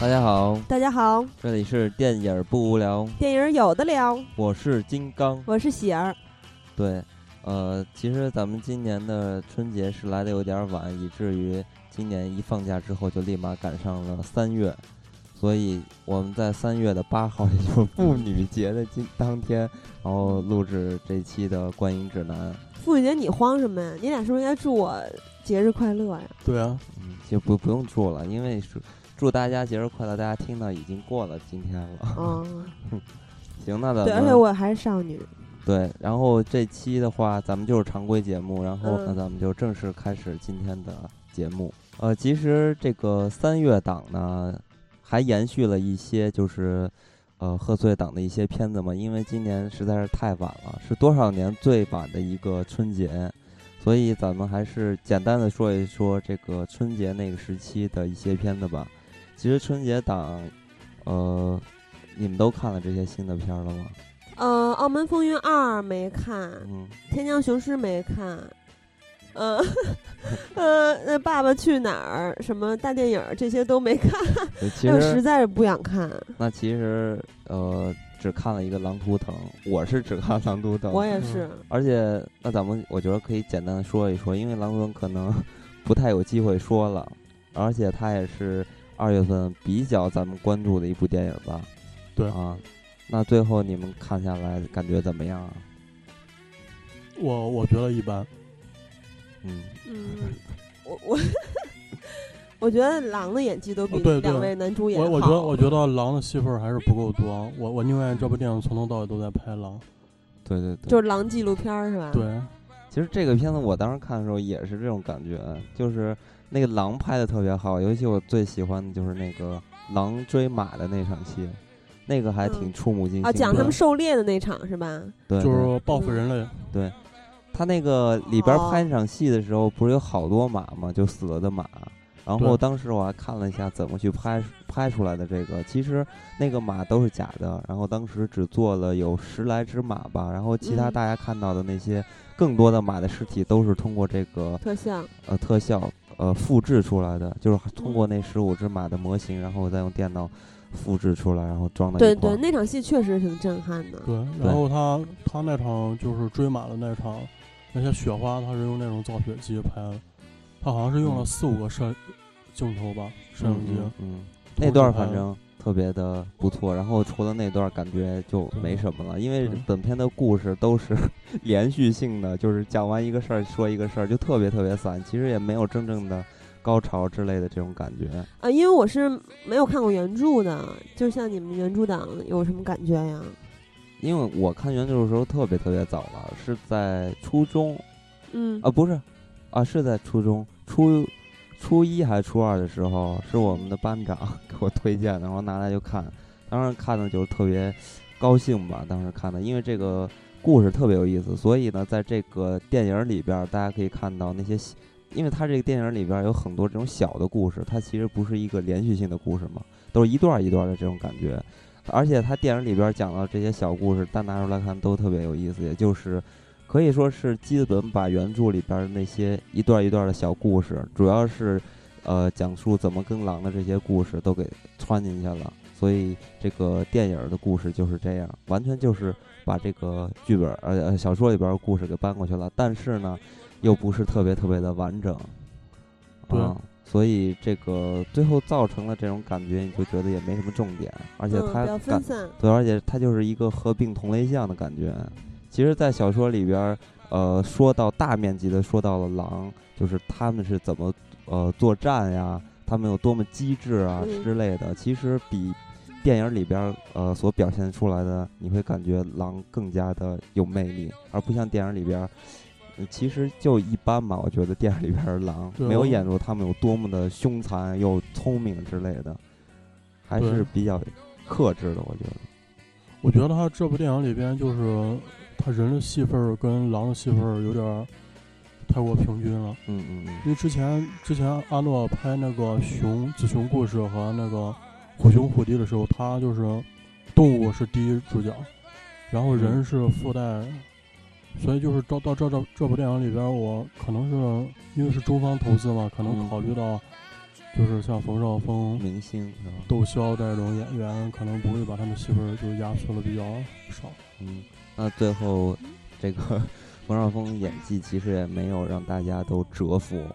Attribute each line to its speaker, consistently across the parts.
Speaker 1: 大家好，
Speaker 2: 大家好，
Speaker 1: 这里是电影不无聊，
Speaker 2: 电影有的聊，
Speaker 1: 我是金刚。
Speaker 2: 我是喜儿，
Speaker 1: 对，呃，其实咱们今年的春节是来的有点晚，以至于今年一放假之后就立马赶上了三月，所以我们在三月的八号，也就是妇女节的今当天，然后录制这期的观影指南。
Speaker 2: 妇女节你慌什么呀？你俩是不是应该祝我节日快乐 呀？
Speaker 3: 对啊，
Speaker 1: 嗯，就不不用祝了，因为是祝大家节日快乐，大家听到已经过了今天了。
Speaker 2: 嗯，
Speaker 1: 行，那咱
Speaker 3: 嗯
Speaker 2: 对，
Speaker 1: 们
Speaker 2: 而且我还是少女，
Speaker 1: 对，然后这期的话，咱们就是常规节目，然后
Speaker 2: 嗯
Speaker 1: 那咱们就正式开始今天的节目。呃，其实这个三月档呢，还延续了一些就是呃贺岁档的一些片子嘛，因为今年实在是太晚了，是多少年最晚的一个春节，所以咱们还是简单的说一说这个春节那个时期的一些片子吧。其实春节档，呃，你们都看了这些新的片儿了吗？
Speaker 2: 呃，《澳门风云二》没看，《
Speaker 1: 嗯。
Speaker 2: 天降雄狮》没看，呃， 呃，那《爸爸去哪儿》什么大电影儿这些都没看，
Speaker 1: 呃其
Speaker 2: 我
Speaker 1: 实
Speaker 2: 实在是不想看，
Speaker 3: 哦
Speaker 1: 那其实呃，只看了一个《狼图腾》，我是只看《狼图腾》，
Speaker 2: 我也是，
Speaker 3: 嗯
Speaker 1: 而且那咱们我觉得可以简单的说一说，因为《狼图腾》可能 不太有机会说了，而且它也是二月份比较咱们关注的一部电影吧。
Speaker 3: 对
Speaker 1: 啊，那最后你们看下来感觉怎么样啊？
Speaker 3: 我我觉得一般。
Speaker 1: 嗯，
Speaker 2: 嗯，我我。 我觉得狼的演技都比
Speaker 3: 哦对对
Speaker 2: 两位男主演好。
Speaker 3: 我我觉得我觉得狼的戏份儿还是不够多。我我宁愿这部电影从头到尾都在拍狼。
Speaker 1: 对对对，
Speaker 2: 就是狼纪录片儿是吧？
Speaker 3: 对，
Speaker 1: 其实这个片子我当时看的时候也是这种感觉，啊就是那个狼拍的特别好，尤其我最喜欢的就是那个狼追马的那场戏，那个还挺
Speaker 2: 嗯
Speaker 1: 触目惊心的。
Speaker 2: 啊，讲他们狩猎的那场是吧？
Speaker 1: 对，对
Speaker 3: 就是报复人类。
Speaker 1: 他那个里边
Speaker 2: 哦
Speaker 1: 拍那场戏的时候，不是有好多马吗？就死了的马。然后
Speaker 3: 对
Speaker 1: 当时我还看了一下怎么去拍拍出来的这个，其实那个马都是假的。然后当时只做了有十来只马吧，然后其他
Speaker 2: 嗯
Speaker 1: 大家看到的那些更多的马的尸体都是通过这个
Speaker 2: 特效，
Speaker 1: 呃特效呃复制出来的，就是通
Speaker 2: 嗯
Speaker 1: 过那十五只马的模型，然后再用电脑复制出来，然后装到
Speaker 2: 对
Speaker 1: 一块
Speaker 2: 对，
Speaker 1: 儿。
Speaker 2: 那场戏确实挺震撼的。
Speaker 3: 对，然后他他那场就是追马的那场，那些雪花他是用那种造雪机拍的，他好像是用了
Speaker 1: 嗯
Speaker 3: 四五个摄镜头吧，摄像
Speaker 1: 嗯
Speaker 3: 机。
Speaker 1: 嗯嗯，
Speaker 3: 同
Speaker 1: 那
Speaker 3: 时
Speaker 1: 段儿
Speaker 3: 拍
Speaker 1: 反正特别的不错。然后除了那段，感觉就没什么了，因为
Speaker 3: 对
Speaker 1: 本片的故事都是 连续性的，就是讲完一个事儿说一个事儿，就特别特别散。其实也没有真正的高潮之类的这种感觉。
Speaker 2: 啊，因为我是没有看过原著的，就像你们原著党有什么感觉呀？
Speaker 1: 因为我看原著的时候特别特别早了，是在初中，
Speaker 2: 嗯，
Speaker 1: 啊，不是，啊，是在初中初初一还是初二的时候，是我们的班长 给我推荐的，然后拿来就看，当时看的就是特别高兴吧，当时看的，因为这个故事特别有意思，所以呢，在这个电影里边儿，大家可以看到那些小。因为它这个电影里边儿有很多这种小的故事，它其实不是一个连续性的故事嘛，都是一段儿一段儿的这种感觉，而且它电影里边儿讲到这些小故事，单拿出来看都特别有意思，也就是可以说是基本把原著里边儿那些一段一段的小故事，主要是呃讲述怎么跟狼的这些故事都给穿进去了。所以这个电影儿的故事就是这样，完全就是把这个剧本儿呃呃小说里边儿的故事给搬过去了，但是呢，又不是特别特别的完整，
Speaker 3: 对
Speaker 1: 啊，所以这个最后造成了这种感觉，你就觉得也没什么重点，而且
Speaker 2: 嗯，
Speaker 1: 它
Speaker 2: 比较
Speaker 1: 感
Speaker 2: 分散。
Speaker 1: 对，而且它就是一个合并同类项的感觉。其实，在小说里边儿，呃，说到大面积的说到了狼，就是他们是怎么呃作战呀，他们有多么机智啊
Speaker 2: 嗯
Speaker 1: 之类的。其实比电影里边儿呃所表现出来的，你会感觉狼更加的有魅力，而不像电影里边儿。呃其实就一般吧，我觉得电影里边儿的狼
Speaker 3: 对哦
Speaker 1: 没有
Speaker 3: 我
Speaker 1: 演出他们有多么的凶残又聪明之类的，还
Speaker 3: 对
Speaker 1: 是比较克制的，我觉得。
Speaker 3: 我觉得他这部电影里边就是他人的戏份儿跟狼的戏份儿有点儿太过平均了。
Speaker 1: 嗯嗯嗯
Speaker 3: 因为之前之前阿诺拍那个熊子熊故事和那个虎熊虎地的时候，他就是动物是第一主角，然后人是附带，所以就是到到这这这部电影里边，我可能是因为是中方投资嘛，可能
Speaker 1: 嗯
Speaker 3: 考虑到就是像冯绍峰、
Speaker 1: 明星是吧？
Speaker 3: 窦骁这种演员，可能不会把他们媳妇儿就是压缩的比较少。
Speaker 1: 嗯，那最后这个 冯绍峰演技其实也没有让大家都折服，
Speaker 3: 啊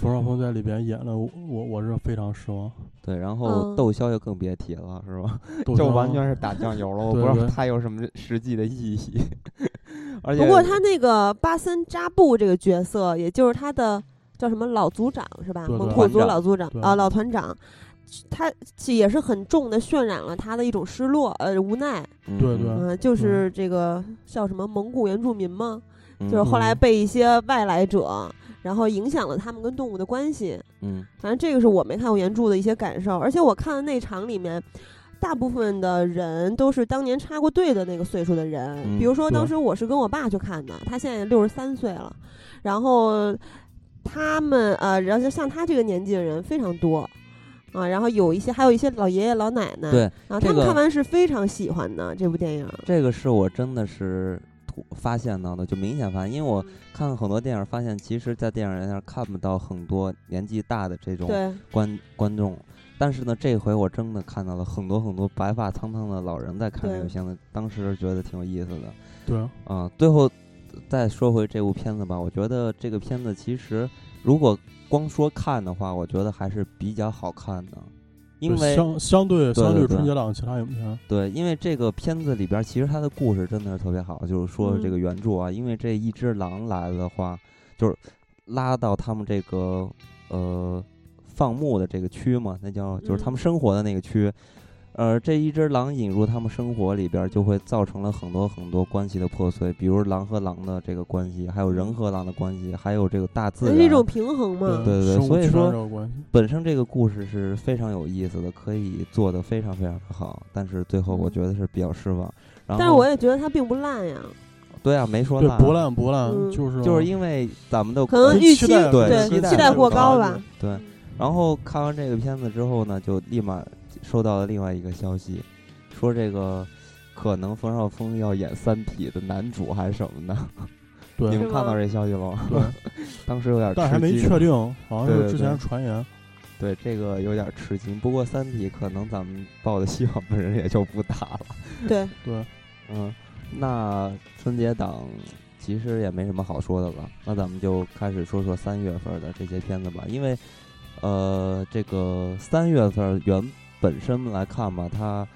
Speaker 3: 冯绍峰在里边演了，我我我是非常失望。
Speaker 1: 对，然后
Speaker 2: 嗯
Speaker 1: 窦骁就更别提了，是吧？
Speaker 3: 窦
Speaker 1: 就
Speaker 3: 骁
Speaker 1: 完全是打酱油 了，我不
Speaker 3: 对
Speaker 1: 知道
Speaker 3: 对
Speaker 1: 他有什么实际的意义。 而且，
Speaker 2: 不过他那个巴森扎布这个角色，也就是他的叫什么老族长是吧？
Speaker 3: 对对
Speaker 2: 蒙古族
Speaker 1: 团长
Speaker 2: 老族长
Speaker 3: 对
Speaker 2: 啊，老团长，他也是很重的渲染了他的一种失落呃无奈，
Speaker 3: 对对
Speaker 2: 嗯、就是这个叫什么蒙古原住民吗？
Speaker 1: 嗯
Speaker 2: 就是后来
Speaker 3: 嗯
Speaker 2: 被一些外来者，然后影响了他们跟动物的关系。
Speaker 1: 嗯
Speaker 2: 反正这个是我没看过原著的一些感受，而且我看的那场里面，大部分的人都是当年插过队的那个岁数的人。
Speaker 1: 嗯
Speaker 2: 比如说，
Speaker 3: 对
Speaker 2: 当时我是跟我爸去看的，他现在六十三岁了，然后他们呃，然后就像他这个年纪的人非常多。啊，然后有一些，还有一些老爷爷老奶奶，
Speaker 1: 嗯对，
Speaker 2: 然后
Speaker 1: 这
Speaker 2: 他
Speaker 1: 个
Speaker 2: 们看完是非常喜欢的这部电影。
Speaker 1: 这个是我真的是突发现到的，就明显发现，因为我看很多电影，发现其实，在电影院上看不到很多年纪大的这种
Speaker 2: 对，
Speaker 1: 观观众。但是呢，这回我真的看到了很多很多白发苍苍的老人在看这个
Speaker 2: 对
Speaker 1: 片子，当时觉得挺有意思的。
Speaker 3: 对，
Speaker 1: 啊、最后再说回这部片子吧，我觉得这个片子其实如果光说看的话，我觉得还是比较好看的，因
Speaker 3: 就
Speaker 1: 为
Speaker 3: 相相对
Speaker 1: 对
Speaker 3: 相
Speaker 1: 对
Speaker 3: 对
Speaker 1: 对
Speaker 3: 春节档其他影片，
Speaker 1: 对，因为这个片子里边儿其实它的故事真的是特别好，就是说这
Speaker 2: 嗯
Speaker 1: 个原著啊，因为这一只狼来了的话，就是拉到他们这个呃放牧的这个区嘛，那叫就是他们
Speaker 2: 嗯
Speaker 1: 生活的那个区。呃，这一只狼引入他们生活里边儿，就会造成了很多很多关系的破碎，比如狼和狼的这个关系，还有人和狼的关系，还有这个大自
Speaker 2: 嗯哎那
Speaker 1: 然。
Speaker 2: 是一种平衡嘛。
Speaker 1: 对对
Speaker 3: 生
Speaker 1: 所
Speaker 3: 物
Speaker 1: 以
Speaker 3: 圈
Speaker 1: 说
Speaker 3: 这个关系，
Speaker 1: 本身这个故事是非常有意思的，可以做得非常非常的好，但是最后我
Speaker 2: 嗯
Speaker 1: 觉得是比较失望。然后
Speaker 2: 但是我也觉得它并不烂呀，
Speaker 1: 对啊，没说
Speaker 3: 对
Speaker 1: 烂
Speaker 3: 不烂不烂
Speaker 2: 嗯，
Speaker 3: 就是
Speaker 1: 就是因为咱们的
Speaker 2: 可能
Speaker 1: 呃
Speaker 2: 预
Speaker 3: 期
Speaker 2: 期
Speaker 3: 待
Speaker 1: 对期待
Speaker 2: 期待过高
Speaker 3: 过
Speaker 2: 吧
Speaker 3: 高。
Speaker 1: 对，然后看完这个片子之后呢，就立马收到了另外一个消息，说这个可能冯绍峰要演《三体》的男主还是什么的，
Speaker 3: 对
Speaker 1: 你
Speaker 3: 对
Speaker 1: 们看到这消息了吗？
Speaker 3: 对，
Speaker 1: 当时有点吃惊，
Speaker 3: 但还没确定，好像
Speaker 1: 对对
Speaker 3: 是之
Speaker 1: 对
Speaker 3: 前传言，
Speaker 1: 对这个有点吃惊。不过《三体》可能咱们抱的希望本人也就不大了。
Speaker 2: 对，
Speaker 3: 对，
Speaker 1: 嗯，那春节档其实也没什么好说的了。那咱们就开始说说三月份的这些片子吧，因为呃，这个三月份原本身来看吧，它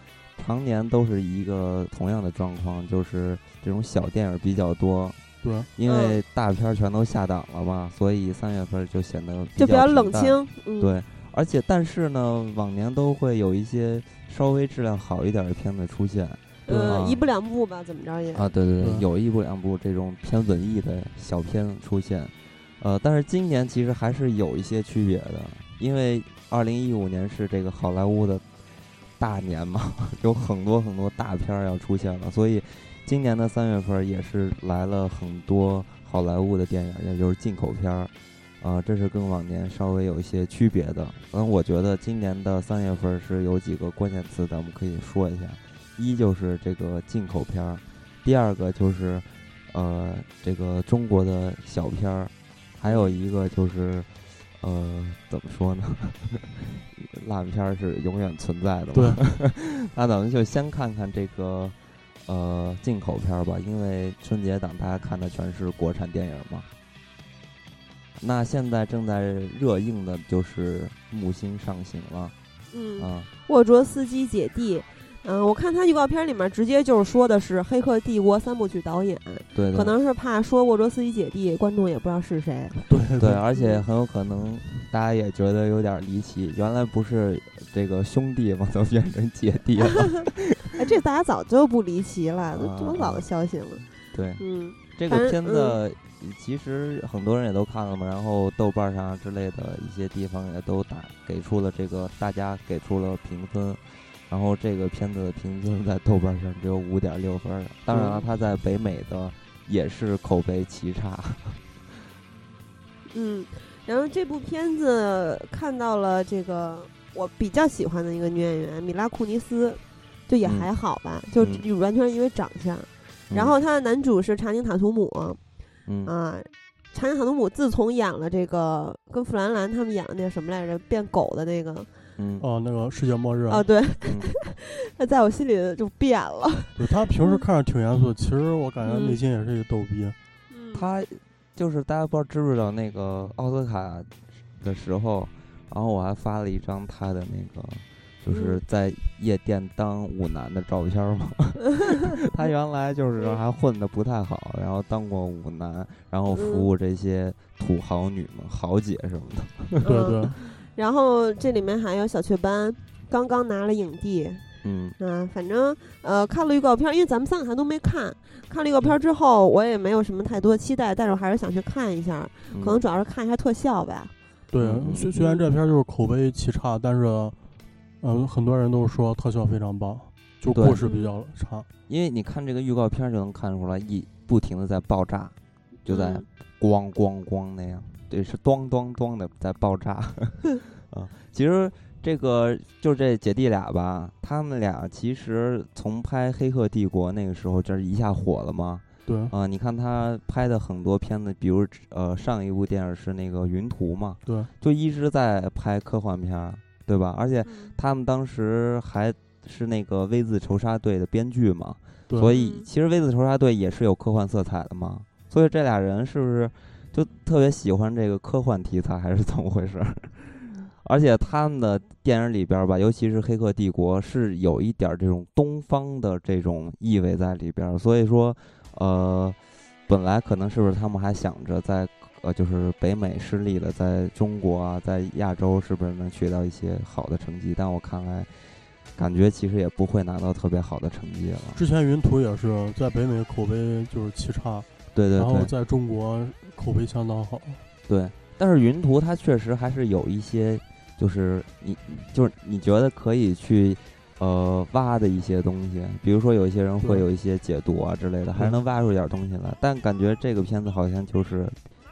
Speaker 1: 常年都是一个同样的状况，就是这种小电影比较多。
Speaker 3: 对，
Speaker 1: 因为
Speaker 2: 嗯
Speaker 1: 大片儿全都下档了嘛，所以三月份就显得
Speaker 2: 就比较冷
Speaker 1: 平淡
Speaker 2: 清。嗯，
Speaker 1: 对，而且但是呢，往年都会有一些稍微质量好一点的片子出现
Speaker 3: 对
Speaker 2: 呃
Speaker 1: 啊，
Speaker 2: 一步两步吧，怎么着也。
Speaker 1: 啊，对对对，
Speaker 3: 嗯
Speaker 1: 有一部两部这种偏文艺的小片出现，呃，但是今年其实还是有一些区别的，因为二零一五年是这个好莱坞的大年嘛， 有很多很多大片儿要出现了，所以今年的三月份儿也是来了很多好莱坞的电影，也就是进口片儿。啊、这是跟往年稍微有一些区别的。嗯，我觉得今年的三月份儿是有几个关键词，咱们可以说一下。一就是这个进口片儿，第二个就是呃这个中国的小片儿，还有一个就是呃怎么说呢， 烂片儿是永远存在的
Speaker 3: 对
Speaker 1: 嘛。 那咱们就先看看这个呃进口片儿吧，因为春节档大家看的全是国产电影嘛。那现在正在热映的就是《木星上行》了
Speaker 2: 嗯，
Speaker 1: 啊，
Speaker 2: 沃卓斯基姐弟，嗯、我看他预告片里面直接就是说的是《黑客帝国》三部曲导演，
Speaker 1: 对对
Speaker 2: 可能是怕说沃卓斯基姐弟，观众也不知道是谁。
Speaker 3: 对
Speaker 1: 对，而且很有可能大家也觉得有点离奇，原来不是这个兄弟嘛， 都变成姐弟了。
Speaker 2: 哎，这大家早就不离奇了，
Speaker 1: 啊
Speaker 2: 都多早的消息了。
Speaker 1: 对，
Speaker 2: 嗯，
Speaker 1: 这
Speaker 2: 反
Speaker 1: 个
Speaker 2: 正嗯
Speaker 1: 片子其实很多人也都看了嘛，然后豆瓣上啊之类的一些地方也都打给出了这个，大家给出了评分。然后这个片子的评分在豆瓣上只有五点六分儿，当然了，
Speaker 3: 嗯
Speaker 1: 它在北美的也是口碑奇差。
Speaker 2: 嗯，然后这部片子看到了这个我比较喜欢的一个女演员米拉库尼斯，就也
Speaker 1: 嗯
Speaker 2: 还好吧，就
Speaker 1: 嗯
Speaker 2: 只完全是因为长相。
Speaker 1: 嗯
Speaker 2: 然后，他的男主是查宁塔图姆，
Speaker 1: 嗯，
Speaker 2: 啊，查理·塔图姆自从演了这个跟富兰兰他们演的那什么来着，变狗的那个
Speaker 1: 嗯，
Speaker 3: 哦、那个世界末日
Speaker 2: 啊，对，
Speaker 1: 嗯
Speaker 2: 他在我心里就变了。
Speaker 3: 对他平时看着挺严肃的，其实我感觉
Speaker 2: 嗯
Speaker 3: 内心也是一个逗逼。
Speaker 1: 他就是大家不知道知不知道那个奥斯卡的时候，然后我还发了一张他的那个就是
Speaker 2: 嗯
Speaker 1: 在夜店当舞男的照片 嘛。他原来就是还混得不太好，然后当过舞男，然后服务这些土豪女们、豪姐什么的。
Speaker 2: 嗯
Speaker 3: 对对，
Speaker 2: 然后这里面还有小雀斑，刚刚拿了影帝
Speaker 1: 嗯
Speaker 2: 啊，反正呃看了预告片，因为咱们三个还都没看，看了预告片之后，我也没有什么太多期待，但是我还是想去看一下，
Speaker 1: 嗯
Speaker 2: 可能主要是看一下特效吧。
Speaker 3: 对，
Speaker 1: 嗯
Speaker 3: 虽虽然这片儿就是口碑奇差，但是，嗯，很多人都说特效非常棒，就
Speaker 1: 对
Speaker 3: 故事
Speaker 2: 嗯
Speaker 3: 比较差。
Speaker 1: 因为你看这个预告片就能看出来，一不停的在爆炸，就在
Speaker 2: 嗯
Speaker 1: 咣咣咣那样，对，是咣咣咣的在爆炸。 啊，其实这个就这姐弟俩吧，他们俩其实从拍《黑客帝国》那个时候，就是一下火了嘛。
Speaker 3: 对，
Speaker 1: 啊，你看他拍的很多片子，比如呃上一部电影是那个《云图》嘛，
Speaker 3: 对，
Speaker 1: 就一直在拍科幻片儿，对吧？而且他们当时还是那个 V 字仇杀队的编剧嘛，
Speaker 3: 对，
Speaker 1: 所以
Speaker 2: 嗯
Speaker 1: 其实《V 字仇杀队》也是有科幻色彩的嘛。所以这俩人是不是就特别喜欢这个科幻题材，还是怎么回事儿？ 而且他们的电影里边儿吧，尤其是《黑客帝国》，是有一点儿这种东方的这种意味在里边儿。所以说，呃，本来可能是不是他们还想着在呃，就是北美失利了，在中国啊，在亚洲是不是能学到一些好的成绩？但我看来，感觉其实也不会拿到特别好的成绩了。
Speaker 3: 之前云图也是在北美口碑就是奇差，
Speaker 1: 对对
Speaker 3: 然后
Speaker 1: 对
Speaker 3: 在中国口碑相当好。
Speaker 1: 对，但是云图它确实还是有一些，就是你就是你觉得可以去呃挖的一些东西，比如说有一些人会
Speaker 3: 对
Speaker 1: 有一些解读啊之类的，还是
Speaker 3: 对
Speaker 1: 能挖出点东西来。但感觉这个片子好像就是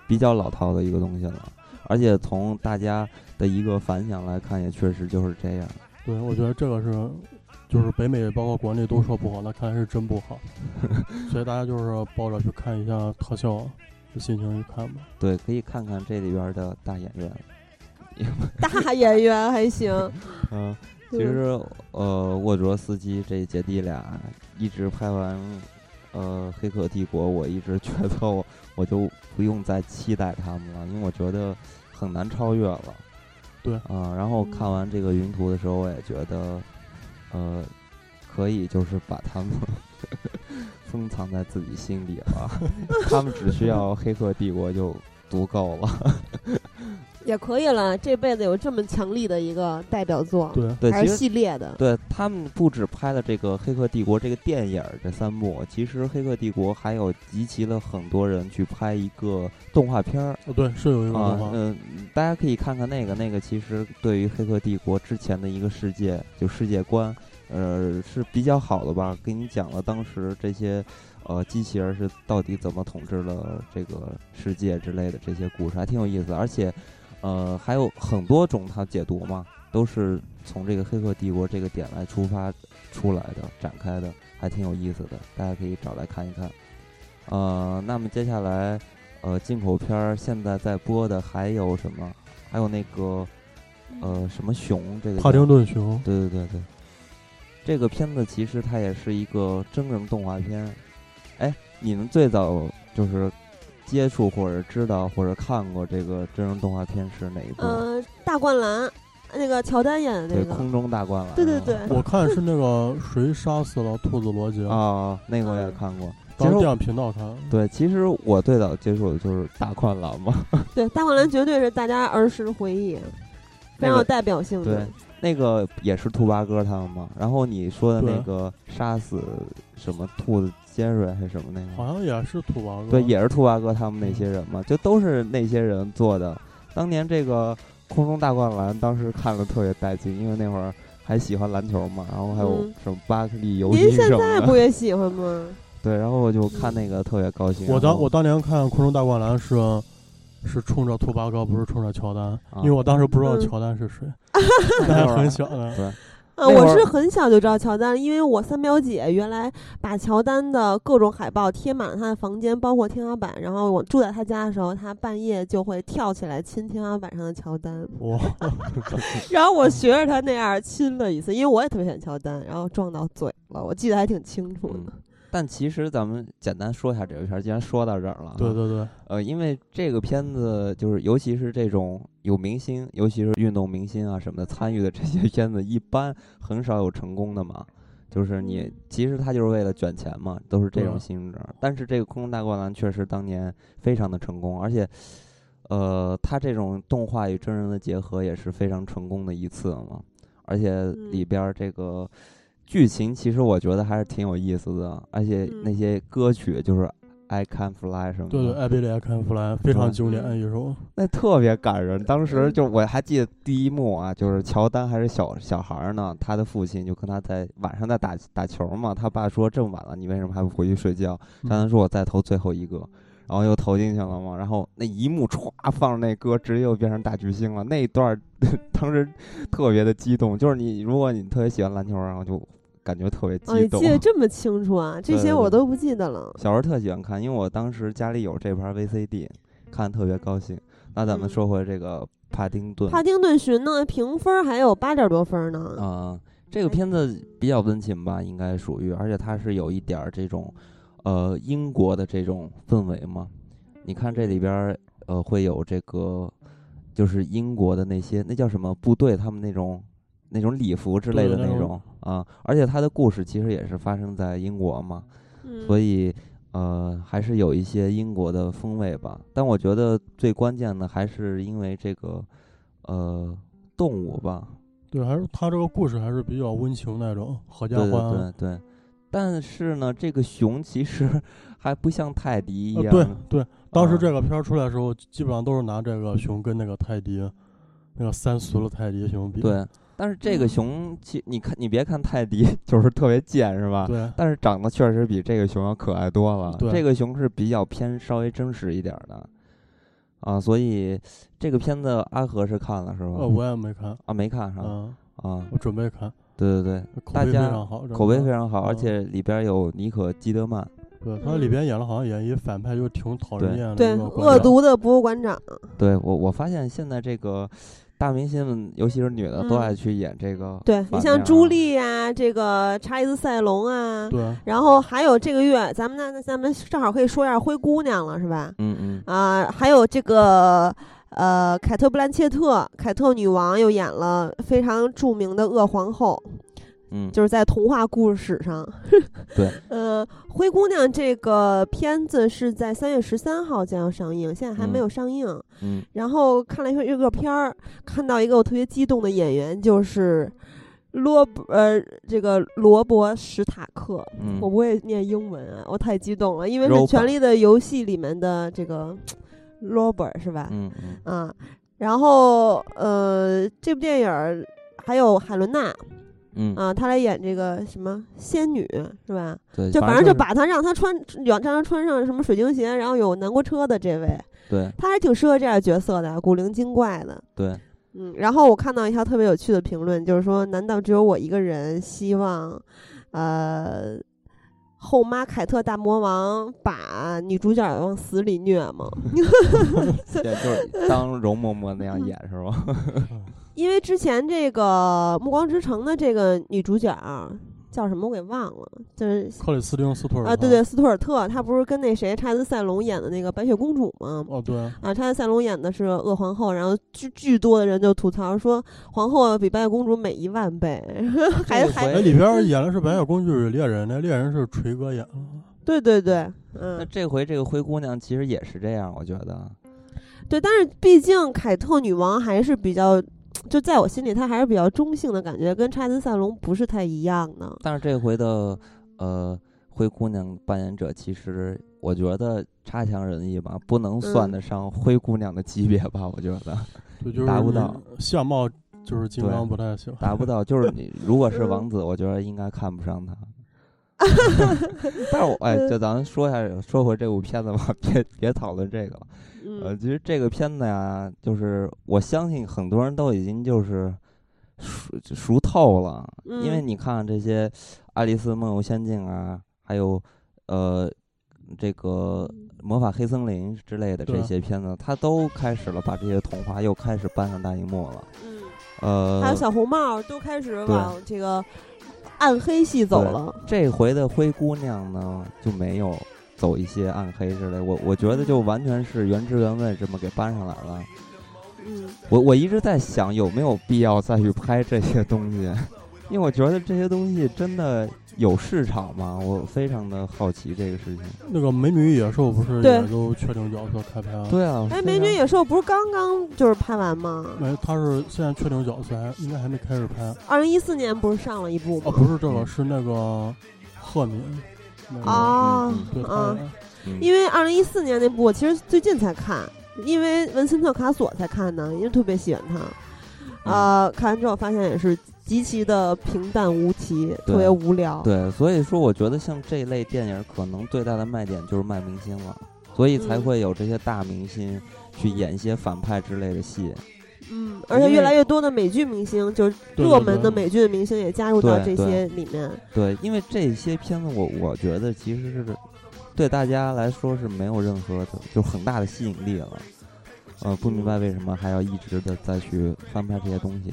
Speaker 1: 比较老套的一个东西了，而且从大家的一个反响来看，也确实就是这样。
Speaker 3: 对，我觉得这个是，就是北美包括国内都说不好，那看来是真不 好。所以大家就是抱着去看一下特效的心情去看吧。
Speaker 1: 对，可以看看这里边的大演员。
Speaker 2: 大演员还行，
Speaker 1: 嗯、 其实，呃，沃卓斯基这姐弟俩一直拍完，呃，《黑客帝国》，我一直觉得我我就不用再期待他们了，因为我觉得很难超越了。
Speaker 3: 对
Speaker 1: 啊、然后看完这个云图的时候，我也觉得，呃，可以就是把他们 封藏在自己心里了， 他们只需要《黑客帝国》就足够了。
Speaker 2: 也可以了。这辈子有这么强力的一个代表作，
Speaker 3: 对，
Speaker 1: 对，
Speaker 2: 还
Speaker 1: 其
Speaker 2: 是
Speaker 1: 实
Speaker 2: 系列的，
Speaker 1: 对他们不止拍了这个《黑客帝国》这个电影儿这三部，其实《黑客帝国》还有集齐了很多人去拍一个动画片儿
Speaker 3: 哦对，是有一个
Speaker 1: 啊
Speaker 3: 动，画，
Speaker 1: 嗯、大家可以看看那个，那个其实对于《黑客帝国》之前的一个世界，就世界观，呃，是比较好的吧，给你讲了当时这些。呃，机器人是到底怎么统治了这个世界之类的这些故事，还挺有意思的。而且，呃，还有很多种它解读嘛，都是从这个《黑客帝国》这个点来出发出来的、展开的，还挺有意思的，大家可以找来看一看。呃，那么接下来，呃，进口片儿现在在播的还有什么？还有那个，
Speaker 2: 嗯
Speaker 1: 呃，什么熊这个
Speaker 3: 帕
Speaker 1: 叫
Speaker 3: 丁顿熊。
Speaker 1: 对对对对，这个片子其实它也是一个真人动画片。哎，你们最早就是接触或者知道或者看过这个真人动画片是哪一部？
Speaker 2: 嗯、大灌篮，那个乔丹演的那
Speaker 1: 对，
Speaker 2: 个，
Speaker 1: 空中大灌篮。啊
Speaker 2: 对对对，
Speaker 3: 我看是那个谁杀死了兔子罗杰，
Speaker 1: 嗯啊，那个我也看过。其
Speaker 3: 当
Speaker 1: 实
Speaker 3: 电
Speaker 1: 我
Speaker 3: 影频道看。
Speaker 1: 对，其实我最早接触的就是 大灌篮嘛。
Speaker 2: 对，大灌篮绝对是大家儿时的回忆，非
Speaker 1: 那
Speaker 2: 常有
Speaker 1: 个
Speaker 2: 代表性的。
Speaker 1: 对，那个也是兔八哥他们嘛。然后你说的
Speaker 3: 对
Speaker 1: 那个杀死什么兔子尖锐还是什么那个
Speaker 3: 好？像也是土王
Speaker 1: 对，也是兔八哥他们那些
Speaker 3: 嗯
Speaker 1: 人嘛，就都是那些人做的。当年这个空中大灌篮，当时看了特别带劲，因为那会儿还喜欢篮球嘛，然后还有
Speaker 2: 嗯
Speaker 1: 什么巴克利游
Speaker 2: 您
Speaker 1: 戏
Speaker 2: 现
Speaker 1: 什
Speaker 2: 在
Speaker 1: 么
Speaker 2: 不
Speaker 1: 的。
Speaker 2: 也喜欢吗？
Speaker 1: 对，然后我就看那个特别高兴。
Speaker 3: 我
Speaker 1: 然
Speaker 3: 当
Speaker 1: 后
Speaker 3: 我当年看《空中大灌篮》是是冲着兔八哥，不是冲着乔丹，
Speaker 1: 啊
Speaker 3: 因为我当时不知道
Speaker 2: 嗯
Speaker 3: 乔丹是谁，
Speaker 1: 那
Speaker 3: 那还
Speaker 1: 会儿
Speaker 3: 很小呢。
Speaker 1: 对，
Speaker 2: 呃，
Speaker 1: 那
Speaker 2: 我
Speaker 1: 会儿
Speaker 2: 是很小就知道乔丹，因为我三表姐原来把乔丹的各种海报贴满了她的房间，包括天花板。然后我住在她家的时候，她半夜就会跳起来亲天花板上的乔丹。
Speaker 3: 哇，
Speaker 2: 然后我学着她那样亲了一次，因为我也特别喜欢乔丹，然后撞到嘴了，我记得还挺清楚
Speaker 1: 嗯
Speaker 2: 的。
Speaker 1: 但其实咱们简单说一下这个片儿，既然说到这儿了，
Speaker 3: 对，对对，
Speaker 1: 呃，因为这个片子就是，尤其是这种有明星，尤其是运动明星啊什么的参与的这些 片子，一般很少有成功的嘛。就是你
Speaker 2: 嗯
Speaker 1: 其实他就是为了卷钱嘛，都是这
Speaker 3: 对
Speaker 1: 种性质。但是这个《空中大灌篮》确实当年非常的成功，而且，呃，他这种动画与真人的结合也是非常成功的一次嘛。而且里
Speaker 2: 嗯
Speaker 1: 边儿这个剧情其实我觉得还是挺有意思的，而且
Speaker 2: 嗯
Speaker 1: 那些歌曲就是《I Can Fly》什么的，
Speaker 3: 对对，艾比利亚看弗兰非常经典
Speaker 2: 嗯
Speaker 3: 一首，
Speaker 1: 那特别感人。当时
Speaker 2: 嗯
Speaker 1: 就我还记得第一幕啊，就是乔丹还是小小孩儿呢，他的父亲就跟他在晚上在打打球嘛，他爸说这么晚了，你为什么还不回去睡觉？乔
Speaker 2: 嗯
Speaker 1: 丹说我再投最后一个。然后又投进去了嘛，然后那一幕歘放着那歌，直接又变成大巨星了。那一段儿 当时特别的激动，就是你如果你特别喜欢篮球，然后就感觉特别
Speaker 2: 哦，你
Speaker 1: 激动。
Speaker 2: 记得这么清楚啊？这
Speaker 1: 对
Speaker 2: 些
Speaker 1: 对
Speaker 2: 我
Speaker 1: 对
Speaker 2: 都不记得了。
Speaker 1: 小时候特喜欢看，因为我当时家里有这盘 VCD，看得特别高兴。那咱们
Speaker 2: 嗯
Speaker 1: 说回这个帕丁顿，
Speaker 2: 帕丁顿寻呢，评分还有八点多分呢。
Speaker 1: 啊、这个片子比较温情吧，应该属于，而且它是有一点儿这种，呃，英国的这种氛围嘛。你看这里边儿，呃，会有这个，就是英国的那些那叫什么部队，他们那种那种礼服之类
Speaker 3: 对
Speaker 1: 的
Speaker 3: 那
Speaker 1: 那
Speaker 3: 种
Speaker 1: 种啊。而且它的故事其实也是发生在英国嘛，所
Speaker 2: 以
Speaker 1: 以呃，还是有一些英国的风味吧。但我觉得最关键的还是因为这个，呃，动物吧，
Speaker 3: 对，还是他这个故事还是比较温情那种，合家
Speaker 1: 对
Speaker 3: 欢，啊
Speaker 1: 对对对。但是呢，这个熊其实 还不像泰迪一样，
Speaker 3: 呃对对，当时
Speaker 1: 啊
Speaker 3: 这个片儿出来的时候，基本上都是拿这个熊跟那个泰迪，那个三俗的泰迪熊比。
Speaker 1: 对但是这个
Speaker 2: 嗯
Speaker 1: 熊，其你看，你别看泰迪就是特别贱，是吧？
Speaker 3: 对
Speaker 1: 但是长得确实比这个熊要可爱多了。
Speaker 3: 对
Speaker 1: 这个熊是比较偏稍微真实一点儿的，啊，所以这个片子阿和是看了是吧？
Speaker 3: 呃，我也没看，
Speaker 1: 啊，没看上
Speaker 3: 嗯，
Speaker 1: 啊。
Speaker 3: 我准备看，
Speaker 1: 对对对，
Speaker 3: 口
Speaker 1: 大
Speaker 3: 碑非
Speaker 1: 家
Speaker 3: 常好，
Speaker 1: 口碑非
Speaker 3: 常
Speaker 1: 常好，而
Speaker 3: 嗯
Speaker 1: 且里边有妮可基德曼，
Speaker 3: 对。他里边演了，好像演一反派，就挺讨人
Speaker 1: 对
Speaker 3: 厌的
Speaker 2: 对
Speaker 3: 一个
Speaker 2: 恶
Speaker 3: 关系。
Speaker 2: 毒的博物馆长，
Speaker 1: 对我，我发现现在这个大明星们，尤其是女的，都
Speaker 2: 嗯
Speaker 1: 爱去演这个。
Speaker 2: 对你
Speaker 1: 反面
Speaker 2: 像
Speaker 1: 啊
Speaker 2: 朱莉啊，这个查理斯塞隆啊，
Speaker 3: 对，
Speaker 2: 然后还有这个月，咱们那那咱们正好可以说一下灰姑娘了，是吧？
Speaker 1: 嗯嗯，
Speaker 2: 啊，还有这个呃，凯特·布兰切特，凯特女王又演了非常著名的恶皇后，
Speaker 1: 嗯，
Speaker 2: 就是在童话故事史上。
Speaker 1: 对，
Speaker 2: 呃，灰姑娘这个片子是在三月十三号将要上映，现在还没
Speaker 1: 嗯
Speaker 2: 有上映。
Speaker 1: 嗯，
Speaker 2: 然后看了一个预告片儿，看到一个我特别激动的演员，就是罗伯呃，这个罗伯·史塔克。
Speaker 1: 嗯
Speaker 2: 我不会念英文啊，我太激动了，因为是
Speaker 1: Robert
Speaker 2: 《权力的游戏》里面的这个 Robert 是吧？
Speaker 1: 嗯嗯
Speaker 2: 啊，然后呃，这部电影儿还有海伦娜
Speaker 1: 嗯，
Speaker 2: 啊，她来演这个什么仙女是吧？
Speaker 1: 对，
Speaker 2: 就
Speaker 1: 反
Speaker 2: 正就是把她让她穿，让她穿上什么水晶鞋，然后有南国车的这位，
Speaker 1: 对
Speaker 2: 他还挺适合这样的角色的，古灵精怪的。
Speaker 1: 对，
Speaker 2: 嗯，然后我看到一条特别有趣的评论，就是说，难道只有我一个人希望，呃，后妈凯特大魔王把女主角往死里虐吗？
Speaker 1: 也就是当容嬷嬷那样演是吧？
Speaker 3: 嗯
Speaker 2: 因为之前这个《暮光之城》的这个女主角儿叫什么我给忘了，就是
Speaker 3: 克里斯汀斯图尔
Speaker 2: 啊，对
Speaker 3: 特
Speaker 2: 对，，斯图尔特，她不是跟那谁查德塞隆演的那个白雪公主吗？
Speaker 3: 哦对，
Speaker 2: 啊，查德塞隆演的是恶皇后，然后巨巨多的人就吐槽说皇后比白雪公主美一万倍， 还
Speaker 1: 这个
Speaker 2: 还
Speaker 1: 回
Speaker 3: 哎，里边儿演的是《白雪公主与猎人》，那猎人是锤哥演的。
Speaker 2: 对对对，
Speaker 1: 那
Speaker 2: 嗯，
Speaker 1: 这回这个灰姑娘其实也是这样，我觉得。
Speaker 2: 对，但是毕竟凯特女王还是比较，就在我心里她还是比较中性的感觉，跟查德塞隆不是太一样的。
Speaker 1: 但是这回的呃灰姑娘扮演者，其实我觉得差强人意吧，不能算
Speaker 2: 嗯
Speaker 1: 得上灰姑娘的级别吧，我觉得
Speaker 3: 对，就是
Speaker 1: 达不到
Speaker 3: 相貌就是金刚不太行，
Speaker 1: 达不到。就是你如果是
Speaker 2: 嗯
Speaker 1: 王子，我觉得应该看不 上她。 但是我哎，
Speaker 2: 嗯
Speaker 1: 就咱说一下，说回这部片子吧，别别讨论这个了。呃，
Speaker 2: 嗯
Speaker 1: 其实这个片子呀，就是我相信很多人都已经就是熟熟透了，因为
Speaker 2: 嗯
Speaker 1: 你看这些《爱丽丝梦游仙境》啊，还有呃这个《魔法黑森林》之类的
Speaker 3: 对
Speaker 1: 这
Speaker 3: 啊
Speaker 1: 些片子，它都开始了把这些童话又开始搬上大荧幕了。
Speaker 2: 嗯，还
Speaker 1: 呃
Speaker 2: 有，小红帽儿都开始往这个暗黑系走
Speaker 1: 对
Speaker 2: 了。
Speaker 1: 这回的灰姑娘呢就没有走一些暗黑之类，我我觉得就完全是原汁原味这么给搬上来了。
Speaker 2: 嗯，
Speaker 1: 我我一直在想有没有必要再去拍这些东西，因为我觉得这些东西真的有市场吗？我非常的好奇这个事情。
Speaker 3: 那个《美女与野兽》不是
Speaker 2: 对
Speaker 3: 也都确定角色开拍了？，
Speaker 1: 对啊，
Speaker 2: 哎，《
Speaker 1: 非
Speaker 2: 美女
Speaker 1: 常
Speaker 2: 野兽》不是刚刚就是拍完吗？
Speaker 3: 没，他是现在确定角色，还应该还没开始拍。哦，
Speaker 2: 二零一四年不是上了一部吗？
Speaker 3: 不是这个，
Speaker 1: 嗯
Speaker 3: 是那个赫敏。那个
Speaker 2: 啊
Speaker 1: 嗯
Speaker 3: 对，
Speaker 2: 啊
Speaker 3: 他！
Speaker 1: 嗯
Speaker 2: 因为二零一四年那部，我其实最近才看，因为文森特·卡索才看的，因为特别喜欢他。
Speaker 1: 嗯
Speaker 2: 呃，看完之后发现也是极其的平淡无奇，
Speaker 1: 对
Speaker 2: 特别无聊。
Speaker 1: 对，所以说我觉得像这类电影可能最大的卖点就是卖明星了，所以才
Speaker 2: 嗯
Speaker 1: 会有这些大明星去演一些反派之类的戏。
Speaker 2: 嗯，而且
Speaker 1: 因为
Speaker 2: 越来越多的美剧明星，就是
Speaker 3: 对
Speaker 2: 热
Speaker 3: 对
Speaker 2: 门
Speaker 3: 对
Speaker 2: 的美剧的明星也加入到
Speaker 1: 对
Speaker 2: 这
Speaker 1: 对
Speaker 2: 些里面。
Speaker 1: 对，因为这些片子我我觉得其实是对大家来说是没有任何的就很大的吸引力了。呃，不明白为什么还要一直的再去翻拍这些东西。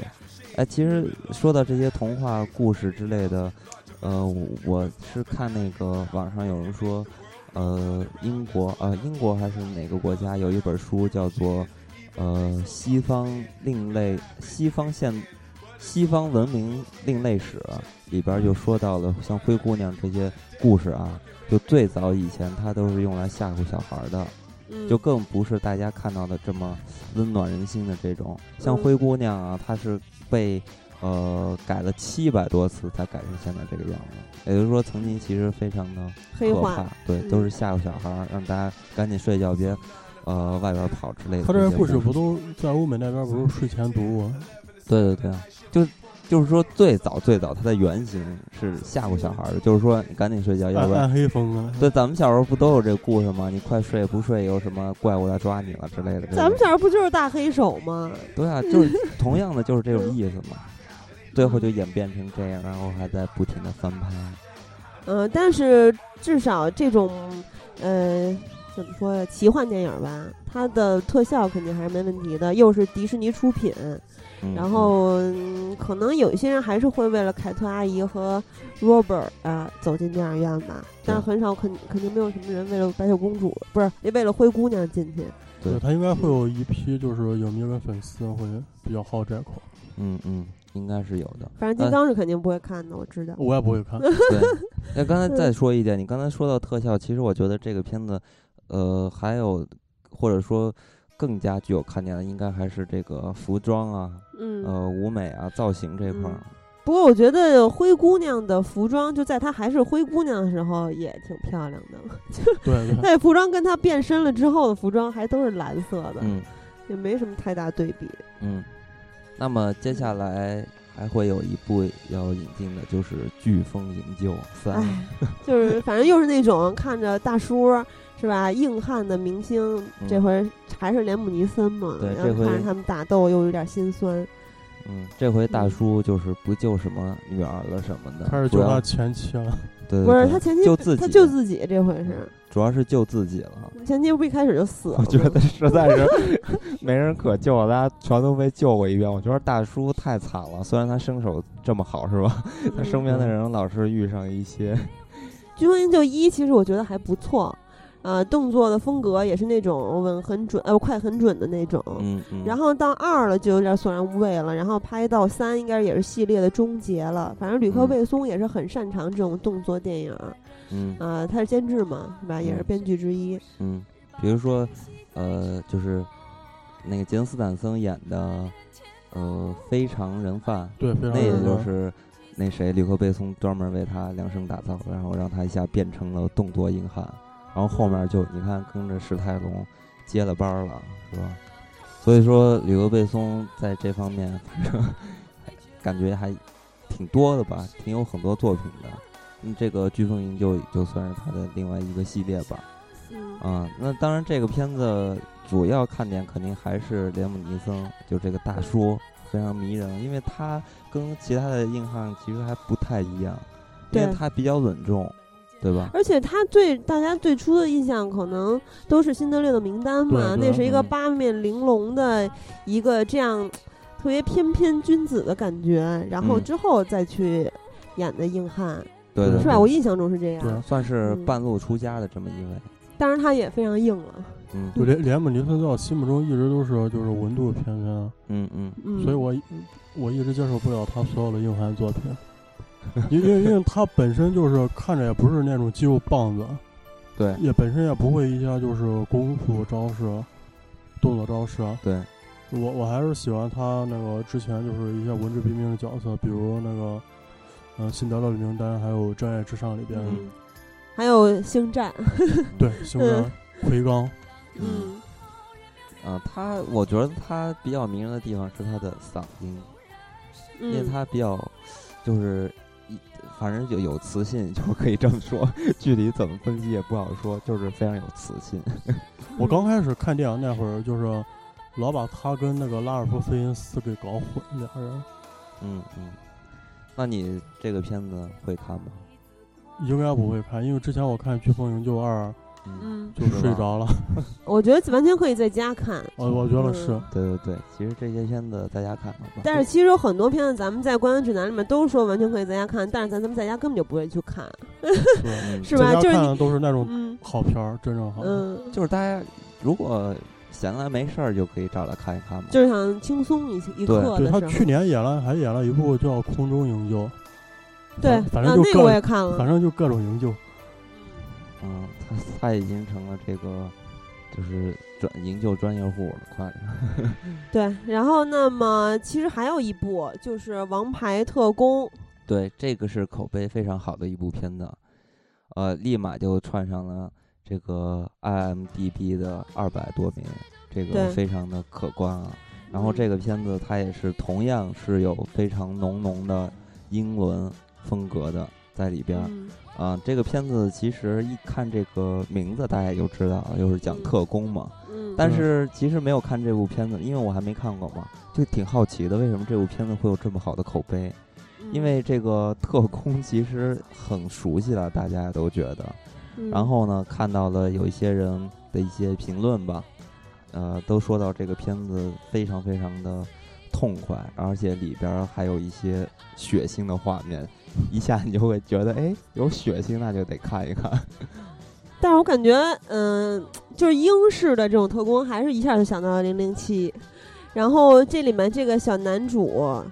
Speaker 1: 哎，其实说到这些童话故事之类的，呃，我我是看那个网上有人说，呃，英国呃英国还是哪个国家有一本书叫做呃西方另类西方现西方文明另类史啊里边儿就说到了像灰姑娘这些故事啊，就最早以前它都是用来吓唬小孩儿的，
Speaker 2: 嗯，
Speaker 1: 就更不是大家看到的这么温暖人心的这种。
Speaker 2: 嗯
Speaker 1: 像灰姑娘啊，她是被呃改了七百多次才改成现在这个样子，也就是说曾经其实非常的
Speaker 2: 黑
Speaker 1: 可
Speaker 2: 化
Speaker 1: 怕。，对，
Speaker 2: 嗯
Speaker 1: 都是吓唬小孩儿，让大家赶紧睡觉，别呃外边跑之类的。
Speaker 3: 他这
Speaker 1: 些
Speaker 3: 些故事不都在欧美那边不是睡前读吗？
Speaker 1: 对对对啊，就就是说最早最早它的原型是吓唬小孩儿的，就是说你赶紧睡觉，要
Speaker 3: 暗
Speaker 1: 不然。
Speaker 3: 暗黑风啊？
Speaker 1: 对，咱们小时候不都有这故事吗？你快睡，不睡有什么怪物来抓你了之类的。这
Speaker 2: 咱们
Speaker 1: 种
Speaker 2: 小时候不就是大黑手吗？
Speaker 1: 对 啊，就是同样的就是这种意思嘛。最后就演变成这样，然后还在不停的翻拍。
Speaker 2: 嗯、但是至少这种，呃，怎么说呀，奇幻电影吧，它的特效肯定还是没问题的，又是迪士尼出品，
Speaker 1: 嗯、
Speaker 2: 然后、嗯可能有一些人还是会为了凯特阿姨和 Robert 啊、走进电影院吧，但是
Speaker 1: 对
Speaker 2: 很少肯肯定没有什么人为了白雪公主，不是为了灰姑娘进去。
Speaker 1: 对
Speaker 3: 他应该会有一批就是影迷跟粉丝会比较好这口，
Speaker 1: 嗯，嗯嗯，应该是有的。
Speaker 2: 反正金刚是肯定不会看的，我知道。
Speaker 3: 我也不会 看。
Speaker 1: 对，那刚才再说一点，你刚才说到特效，其实我觉得这个片子，呃，还有或者说更加具有看点的，应该还是这个服装啊，
Speaker 2: 嗯，
Speaker 1: 呃，舞美啊，造型这块儿。
Speaker 2: 不过我觉得灰姑娘的服装，就在她还是灰姑娘的时候也挺漂亮的。
Speaker 1: 嗯
Speaker 3: 对对，
Speaker 2: 那服装跟她变身了之后的服装还都是蓝色的，
Speaker 1: 嗯
Speaker 2: 也没什么太大对比。
Speaker 1: 嗯。那么接下来还会有一部要引进的，就是《飓风营救三》。
Speaker 2: 哎，就是 反正又是那种看着大叔是吧，硬汉的明星，这
Speaker 1: 嗯
Speaker 2: 回还是连姆尼森嘛，
Speaker 1: 对
Speaker 2: 然
Speaker 1: 这
Speaker 2: 后看
Speaker 1: 回
Speaker 2: 着他们打斗又有点心酸。
Speaker 1: 嗯，这回大
Speaker 2: 嗯
Speaker 1: 叔就是不救什么女儿了什么的，
Speaker 3: 开始
Speaker 1: 主
Speaker 3: 救
Speaker 1: 要
Speaker 3: 他前妻了。
Speaker 1: 对对
Speaker 2: 不是
Speaker 1: 对
Speaker 2: 他前期
Speaker 1: 救自己，
Speaker 2: 他救自己这回是，
Speaker 1: 主要是救自己 了。
Speaker 2: 前期不一开始就死了吗？
Speaker 1: 我觉得实在是没人可救了，大家全都被救过一遍。我觉得大叔太惨了，虽然他身手这么好，是吧？他
Speaker 2: 嗯
Speaker 1: 身边的人老是遇上一些，
Speaker 2: 《飓风营救一》其实我觉得还不错，呃，动作的风格也是那种稳很准，呃，快很准的那种。
Speaker 1: 嗯嗯，
Speaker 2: 然后到二了就有点索然无味了，然后拍到三应该也是系列的终结了。反正吕克
Speaker 1: 嗯
Speaker 2: 贝松也是很擅长这种动作电影，
Speaker 1: 嗯
Speaker 2: 呃，他是监制嘛，是吧？也是
Speaker 1: 嗯
Speaker 2: 编剧之一。
Speaker 1: 嗯，比如说，呃，就是那个杰森斯坦森演的，呃，非常人贩，
Speaker 3: 对，非常
Speaker 1: 那也
Speaker 3: 认
Speaker 1: 就
Speaker 3: 真
Speaker 1: 是那谁吕克贝松专门为他量身打造，然后让他一下变成了动作硬汉，然后后面就你看跟着史泰龙接了班儿了，是吧？所以说吕克贝松在这方面，反正感觉还挺多的吧，挺有很多作品的。嗯，这个《飓风营救》就算是他的另外一个系列吧。
Speaker 2: 嗯
Speaker 1: 啊、那当然，这个片子主要看点肯定还是连姆尼森，就这个大叔，非常迷人，因为他跟其他的硬汉其实还不太一样，因为
Speaker 2: 对
Speaker 1: 他比较稳重，对吧？
Speaker 2: 而且他最大家最初的印象可能都是辛德勒的名单嘛，
Speaker 3: 对对
Speaker 2: 那是一个
Speaker 1: 嗯
Speaker 2: 八面玲珑的一个这样特别翩翩君子的感觉，然后
Speaker 1: 嗯
Speaker 2: 之后再去演的硬汉，
Speaker 1: 对对，
Speaker 2: 是吧？
Speaker 1: 对
Speaker 2: 我印象中是这
Speaker 3: 对
Speaker 2: 样，
Speaker 1: 算是
Speaker 2: 嗯
Speaker 1: 半路出家的这么一位，
Speaker 2: 当然他也非常硬了，
Speaker 1: 嗯
Speaker 3: 就连连姆尼特在我心目中一直都是就是文度翩翩，
Speaker 1: 嗯嗯，
Speaker 2: 嗯，
Speaker 3: 所以我我一直接受不了他所有的硬汉作品，因因为因为他本身就是看着也不是那种肌肉棒子，
Speaker 1: 对
Speaker 3: 也本身也不会一些就是功夫招式、动作招式。啊
Speaker 1: 对，
Speaker 3: 我我还是喜欢他那个之前就是一些文质彬彬的角色，比如那个嗯、呃《辛德勒的名单》，还有《真爱至上》里边、
Speaker 1: 嗯
Speaker 2: 还有星战，
Speaker 3: 对星
Speaker 2: 嗯
Speaker 3: 战奎刚，
Speaker 1: 嗯
Speaker 2: 嗯，
Speaker 1: 啊，他我觉得他比较迷人的地方是他的嗓音，因为
Speaker 2: 嗯
Speaker 1: 他比较就是一反正有有磁性， 就可以这么说，具体怎么分析也不好说，就是非常有磁性，
Speaker 3: 我刚开始看电影那会儿就是。老把他跟那个拉尔夫·费因斯给搞混，俩人
Speaker 1: 嗯嗯。那你这个片子会看吗？
Speaker 3: 应该不会看，因为之前我看《飓风营救二》
Speaker 2: 嗯，
Speaker 3: 就是
Speaker 1: 吧
Speaker 3: 睡着了。
Speaker 2: 我觉得完全可以在家看，
Speaker 3: 我我觉得是
Speaker 2: 嗯，
Speaker 1: 对对对，其实这些片子在家看看吧。
Speaker 2: 但是其实有很多片子咱们在《观影指南》里面都说完全可以在家看，但是咱咱们在家根本就不会去看，
Speaker 3: 是
Speaker 1: 嗯
Speaker 2: 是吧
Speaker 3: 在家
Speaker 2: 就是
Speaker 3: 看
Speaker 2: 你
Speaker 3: 的都是那种
Speaker 2: 嗯
Speaker 3: 好片儿，真正好。
Speaker 2: 嗯，
Speaker 1: 就是大家如果闲来没事儿，就可以找来看一看嘛。
Speaker 2: 就是想轻松一一
Speaker 1: 对
Speaker 2: 刻
Speaker 3: 对
Speaker 2: 的
Speaker 3: 他
Speaker 2: 时候。
Speaker 3: 去年演了，还演了一部叫《空中营救》，
Speaker 2: 对，
Speaker 3: 反
Speaker 2: 啊
Speaker 3: 正就
Speaker 2: 那
Speaker 3: 各
Speaker 2: 个我也看了，
Speaker 3: 反正就各种营救。
Speaker 1: 嗯，他他已经成了这个就是专营救专业户了，快。
Speaker 2: 对。然后，那么其实还有一部就是《王牌特工》，
Speaker 1: 对，这个是口碑非常好的一部片子，呃，立马就窜上了这个 IMDB 的二百多名，这
Speaker 2: 对嗯
Speaker 1: 个非常的可观啊。然后这
Speaker 2: 个
Speaker 1: 个片子它也是同样是有非常浓浓的英伦风格的在里边儿
Speaker 2: 嗯
Speaker 1: 啊、这个片子其实一看这个名字大家也就知道了，又是讲
Speaker 2: 嗯
Speaker 1: 特工嘛。
Speaker 2: 嗯，
Speaker 1: 但
Speaker 3: 嗯
Speaker 1: 是其实没有看这部片子，因为我还没看过嘛，就挺好奇的，为什么这部片子会有这么好的口碑？
Speaker 2: 嗯
Speaker 1: 因为这个特工其实很熟悉了，大家也都觉得。
Speaker 2: 嗯
Speaker 1: 然后呢，看到了有一些人的一些评论吧，呃，都说到这个片子非常非常的痛快，而且里边儿还有一些血腥的画面，一下你就会觉得，哎，有血腥那就得看一 看。
Speaker 2: 但是我感觉，嗯、就是英式的这种特工，还是一下就想到了零零七。然后这里面这个小男主，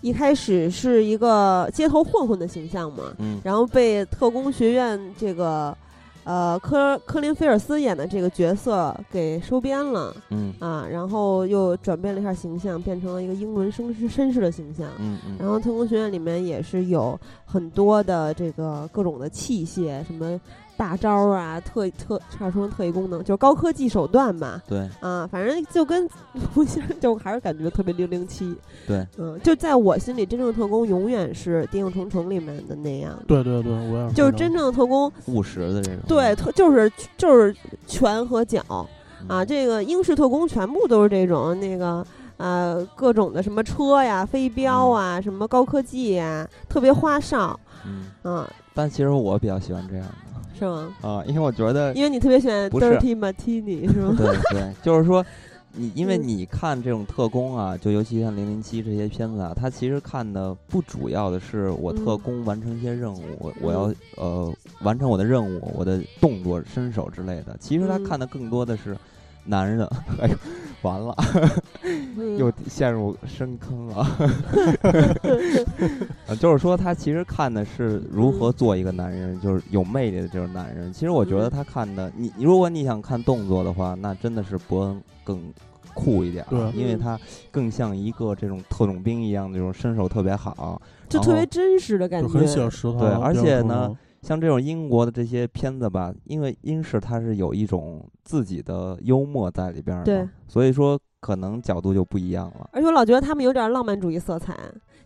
Speaker 2: 一开始是一个街头混混的形象嘛，
Speaker 1: 嗯
Speaker 2: 然后被特工学院这个，呃，科科林菲尔斯演的这个角色给收编了
Speaker 1: 嗯
Speaker 2: 啊，然后又转变了一下形象，变成了一个英伦绅士绅士的形象。
Speaker 1: 嗯嗯
Speaker 2: 然后特工学院里面也是有很多的这个各种的器械，什么大招儿啊，特特差点说成特异功能，就是高科技手段吧。
Speaker 1: 对
Speaker 2: 啊，反正就跟 我现在就还是感觉特别零零七。
Speaker 1: 对，
Speaker 2: 嗯，就在我心里，真正的特工永远是《谍影重重》里面的那样，
Speaker 3: 对对对，我也是。
Speaker 2: 就是真正的特工，
Speaker 1: 务实的这种。
Speaker 2: 对，特就是就是拳和脚啊，
Speaker 1: 嗯
Speaker 2: 这个英式特工全部都是这种那个。呃，各种的什么车呀、飞镖啊、什么高科技呀，特别花哨，
Speaker 1: 嗯，
Speaker 2: 啊，
Speaker 1: 但其实我比较喜欢这样的
Speaker 2: 是吗？
Speaker 1: 啊，因为我觉得
Speaker 2: 因为你特别喜欢
Speaker 1: 不是
Speaker 2: Dirty Martini 是 吗？
Speaker 1: 对 对，就是说，你因为
Speaker 2: 嗯
Speaker 1: 你看这种特工啊，就尤其像《零零七》这些片子啊，它其实看的不主要的是我特
Speaker 2: 嗯
Speaker 1: 工完成一些任务，我我要呃完成我的任务，我的动作、身手之类的。其实他
Speaker 2: 嗯
Speaker 1: 看的更多的是男人。 哎呦，完了，
Speaker 2: 嗯
Speaker 1: 又陷入深坑了。 呃就是说，他其实看的是如何做一个男人，就是有魅力的这种男人。其实我觉得
Speaker 2: 嗯
Speaker 1: 他看的，你你如果你想看动作的话，那真的是伯恩更酷一点儿，
Speaker 3: 对
Speaker 1: 因为
Speaker 2: 嗯
Speaker 1: 他更像一个这种特种兵一样，这种身手特别好。
Speaker 2: 就特
Speaker 1: 哦
Speaker 2: 别真实的感
Speaker 3: 就
Speaker 2: 觉，
Speaker 3: 很写实他。
Speaker 1: 对而且呢
Speaker 3: 比较冲动，
Speaker 1: 像这种英国的这些片子吧，因为英式它是有一种自己的幽默在里边儿嘛，
Speaker 2: 对
Speaker 1: 所以说可能角度就不一样了。
Speaker 2: 而且我老觉得他们有点浪漫主义色彩，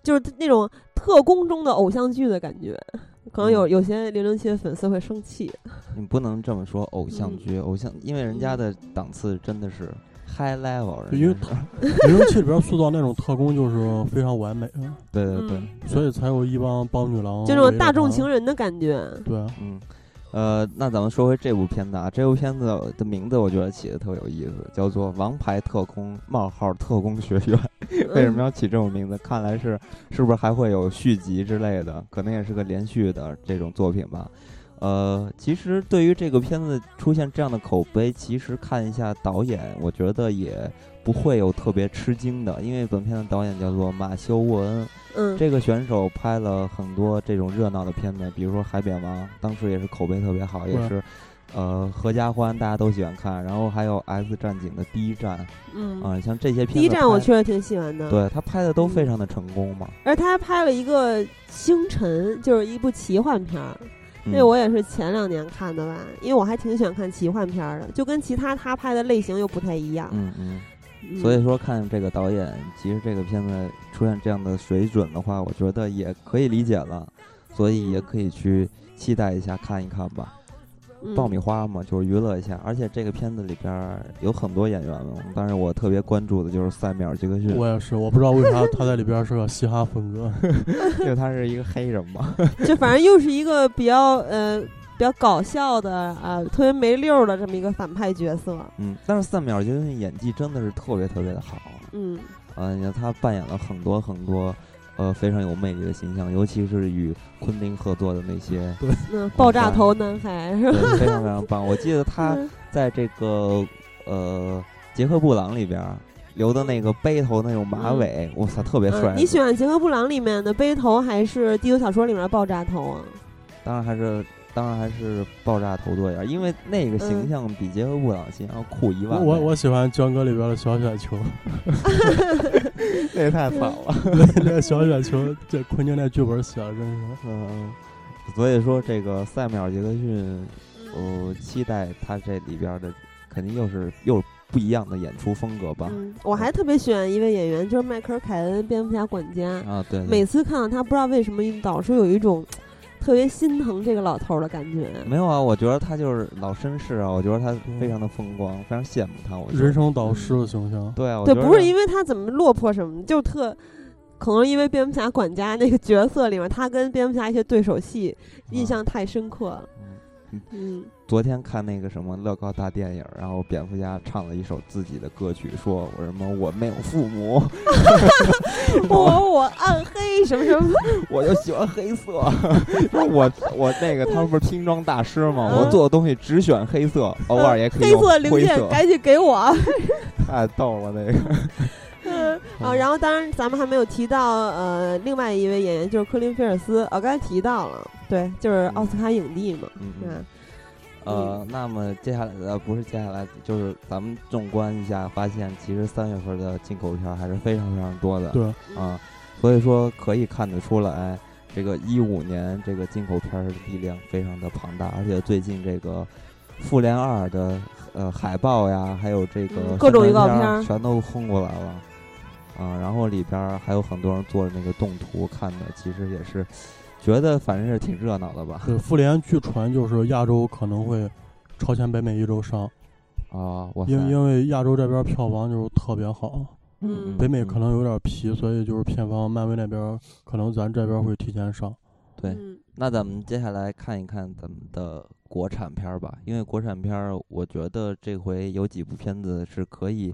Speaker 2: 就是那种特工中的偶像剧的感觉。可能
Speaker 1: 嗯
Speaker 2: 有有些零零七的粉丝会生气，
Speaker 1: 你不能这么说偶像
Speaker 2: 嗯
Speaker 1: 剧，偶像，因为人家
Speaker 2: 嗯
Speaker 1: 的档次真的是 high level，
Speaker 3: 因
Speaker 1: 人家
Speaker 3: 为
Speaker 1: 是
Speaker 3: 他零零七里边塑造那种特工就是非常完美的，
Speaker 1: 对对对，
Speaker 2: 嗯
Speaker 3: 所以才有一帮帮女郎，
Speaker 1: 哦
Speaker 2: 就那种大众情。人的感觉。
Speaker 3: 对，啊
Speaker 1: 嗯，呃，那咱们说回这部片子啊，这部片子的名字我觉得起的特有意思，叫做《王牌特工冒号特工学院》。 为
Speaker 2: 嗯
Speaker 1: 什么要起这种名字？看来是是不是还会有续集之类的？可能也是个连续的这种作品吧。呃，其实对于这个片子出现这样的口碑，其实看一下导演，我觉得也不会有特别吃惊的，因为本片的导演叫做马修·沃恩，
Speaker 2: 嗯？嗯，
Speaker 1: 这个选手拍了很多这种热闹的片子，比如说《海扁王》，当时也是口碑特别好，也
Speaker 2: 嗯
Speaker 3: 对
Speaker 1: 是，呃，合家欢，大家都喜欢看。然后还有《X 战警》的第一战啊、
Speaker 2: 嗯，
Speaker 1: 像这些片子拍，
Speaker 2: 第一站我确实挺喜欢的。
Speaker 1: 对他拍的都非
Speaker 2: 嗯
Speaker 1: 常的成功嘛。
Speaker 2: 而他还拍了一个《星辰》，就是一部奇幻片儿，
Speaker 1: 嗯
Speaker 2: 那我也是前两年看的吧，因为我还挺喜欢看奇幻片儿的，就跟其他他拍的类型又不太一样。
Speaker 1: 嗯嗯，
Speaker 2: 嗯
Speaker 1: 所以说看这个导演，其实这个片子出现这样的水准的话，我觉得也可以理解了，所以
Speaker 2: 嗯
Speaker 1: 也可以去期待一下看一看吧。
Speaker 2: 嗯
Speaker 1: 爆米，花嘛，就是娱乐一下。而且这个片子里边儿有很多演员嘛，但是我特别关注的就是塞缪尔·杰克逊，
Speaker 3: 我也是，我不知道为啥他在里边是个嘻哈风 格。
Speaker 1: 因为他是一个黑人嘛。
Speaker 2: 嗯这反正又是一个比较呃比较搞笑的啊、特别没溜儿的这么一个反派角色。
Speaker 1: 嗯，但是塞缪尔·杰克逊演技真的是特别特别的好，
Speaker 2: 嗯，
Speaker 1: 啊，你看他扮演了很多很多，呃，非常有魅力的形象，尤其是与昆汀合作的那些，
Speaker 2: 那爆炸头男孩是吧？
Speaker 1: 对，非常非常棒。我记得 他
Speaker 2: 嗯
Speaker 1: 在这个呃《杰克·布朗》里边儿留的那个背头那种马尾，我操，特别帅。
Speaker 2: 嗯啊你喜欢《杰克布朗》里面的背头还是《地球小说》里面的爆炸头啊？
Speaker 1: 当然还是当然还是爆炸头多一点，因为那个
Speaker 2: 嗯
Speaker 1: 形象比杰克布朗形象要酷一
Speaker 3: 我
Speaker 1: 万倍。
Speaker 3: 我喜欢江哥里边的小雪 球，
Speaker 1: 这也太惨了。
Speaker 3: 那个小雪球，这昆汀那剧本写的真是。
Speaker 1: 嗯，所以说这个塞缪尔杰克逊，
Speaker 2: 嗯
Speaker 1: 我期待他这里边的肯定又是又是不一样的演出风格吧。
Speaker 2: 嗯，我还特别喜欢一位演员，就是迈克尔·凯恩，蝙蝠侠管家。
Speaker 1: 啊，对，对
Speaker 2: 每次看到他，不知道为什么老是有一种特别心疼这个老头儿的感觉。
Speaker 1: 没有啊，我觉得他就是老绅士啊，我觉得他非常的风光，非常羡慕他。我觉得
Speaker 3: 人生导师的形象，
Speaker 1: 对啊，我
Speaker 2: 对，
Speaker 1: 觉得
Speaker 2: 不是因为他怎么落魄什么，就特可能因为蝙蝠侠管家那个角色里面，他跟蝙蝠侠一些对手戏印象太深刻了。
Speaker 1: 啊嗯
Speaker 2: 嗯，
Speaker 1: 昨天看那个什么乐高大电影，然后蝙蝠侠唱了一首自己的歌曲，说我什么我没有父母，嗯
Speaker 2: 我我暗黑什么什么，
Speaker 1: 我就喜欢黑 色。说我我那个他们不是拼装大师吗？
Speaker 2: 嗯
Speaker 1: 我做的东西只选黑色，偶尔也可以
Speaker 2: 黑
Speaker 1: 用
Speaker 2: 色零
Speaker 1: 灰
Speaker 2: 件
Speaker 1: 嗯色。
Speaker 2: 赶紧 给我。
Speaker 1: 太逗了那个。
Speaker 2: 嗯啊，然后当然咱们还没有提到呃，另外一位演员就是科林菲尔斯，我、刚才提到了，对，就是奥斯卡影帝嘛，
Speaker 1: 嗯
Speaker 2: 是吧
Speaker 1: 嗯。呃，那么接下来呃不是接下来，就是咱们纵观一下，发现其实三月份的进口片还是非常非常多的。
Speaker 3: 对，
Speaker 1: 啊，所以说可以看得出来，这个一五年这个进口片儿的力量非常的庞大，而且最近这个《复联二》的呃海报呀，还有这个
Speaker 2: 嗯各种
Speaker 1: 宣传
Speaker 2: 预告
Speaker 1: 片
Speaker 2: 片
Speaker 1: 儿
Speaker 2: 儿
Speaker 1: 全都轰过来了。啊，然后里边儿还有很多人做那个动图看的，其实也是觉得反正是挺热闹的吧。
Speaker 3: 对，复联据传就是亚洲可能会超前北美一周上，
Speaker 1: 啊，我
Speaker 3: 因因为亚洲这边票房就是特别好，
Speaker 2: 嗯
Speaker 3: 北美可能有点皮，所以就是片方漫威那边可能咱这边会提前上。
Speaker 1: 对
Speaker 2: 嗯
Speaker 1: 那咱们接下来看一看咱们的国产片儿吧，因为国产片儿，我觉得这回有几部片子是可以，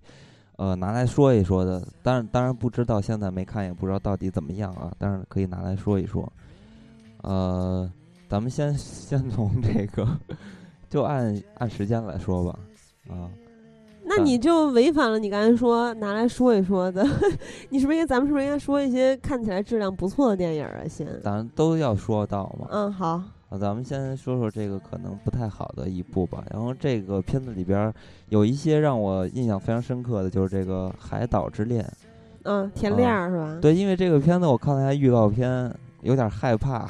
Speaker 1: 呃，拿来说一说的。当然，当然不知道现在没看，也不知道到底怎么样啊，但是可以拿来说一说。呃，咱们先先从这个， 就按按时间来说吧，啊，
Speaker 2: 那
Speaker 1: 嗯
Speaker 2: 你就违反了你刚才说拿来说一说的， 你是不是应该咱们是不是应该说一些看起来质量不错的电影啊？先，
Speaker 1: 咱都要说到嘛。
Speaker 2: 嗯，好，
Speaker 1: 啊，咱们先说说这个可能不太好的一部吧。然后这个片子里边儿有一些让我印象非常深刻的，就是这个《海岛之恋
Speaker 2: 嗯，
Speaker 1: 啊
Speaker 2: 甜恋儿是吧？》。
Speaker 1: 对，因为这个片子我看了一下预告片，有点害怕。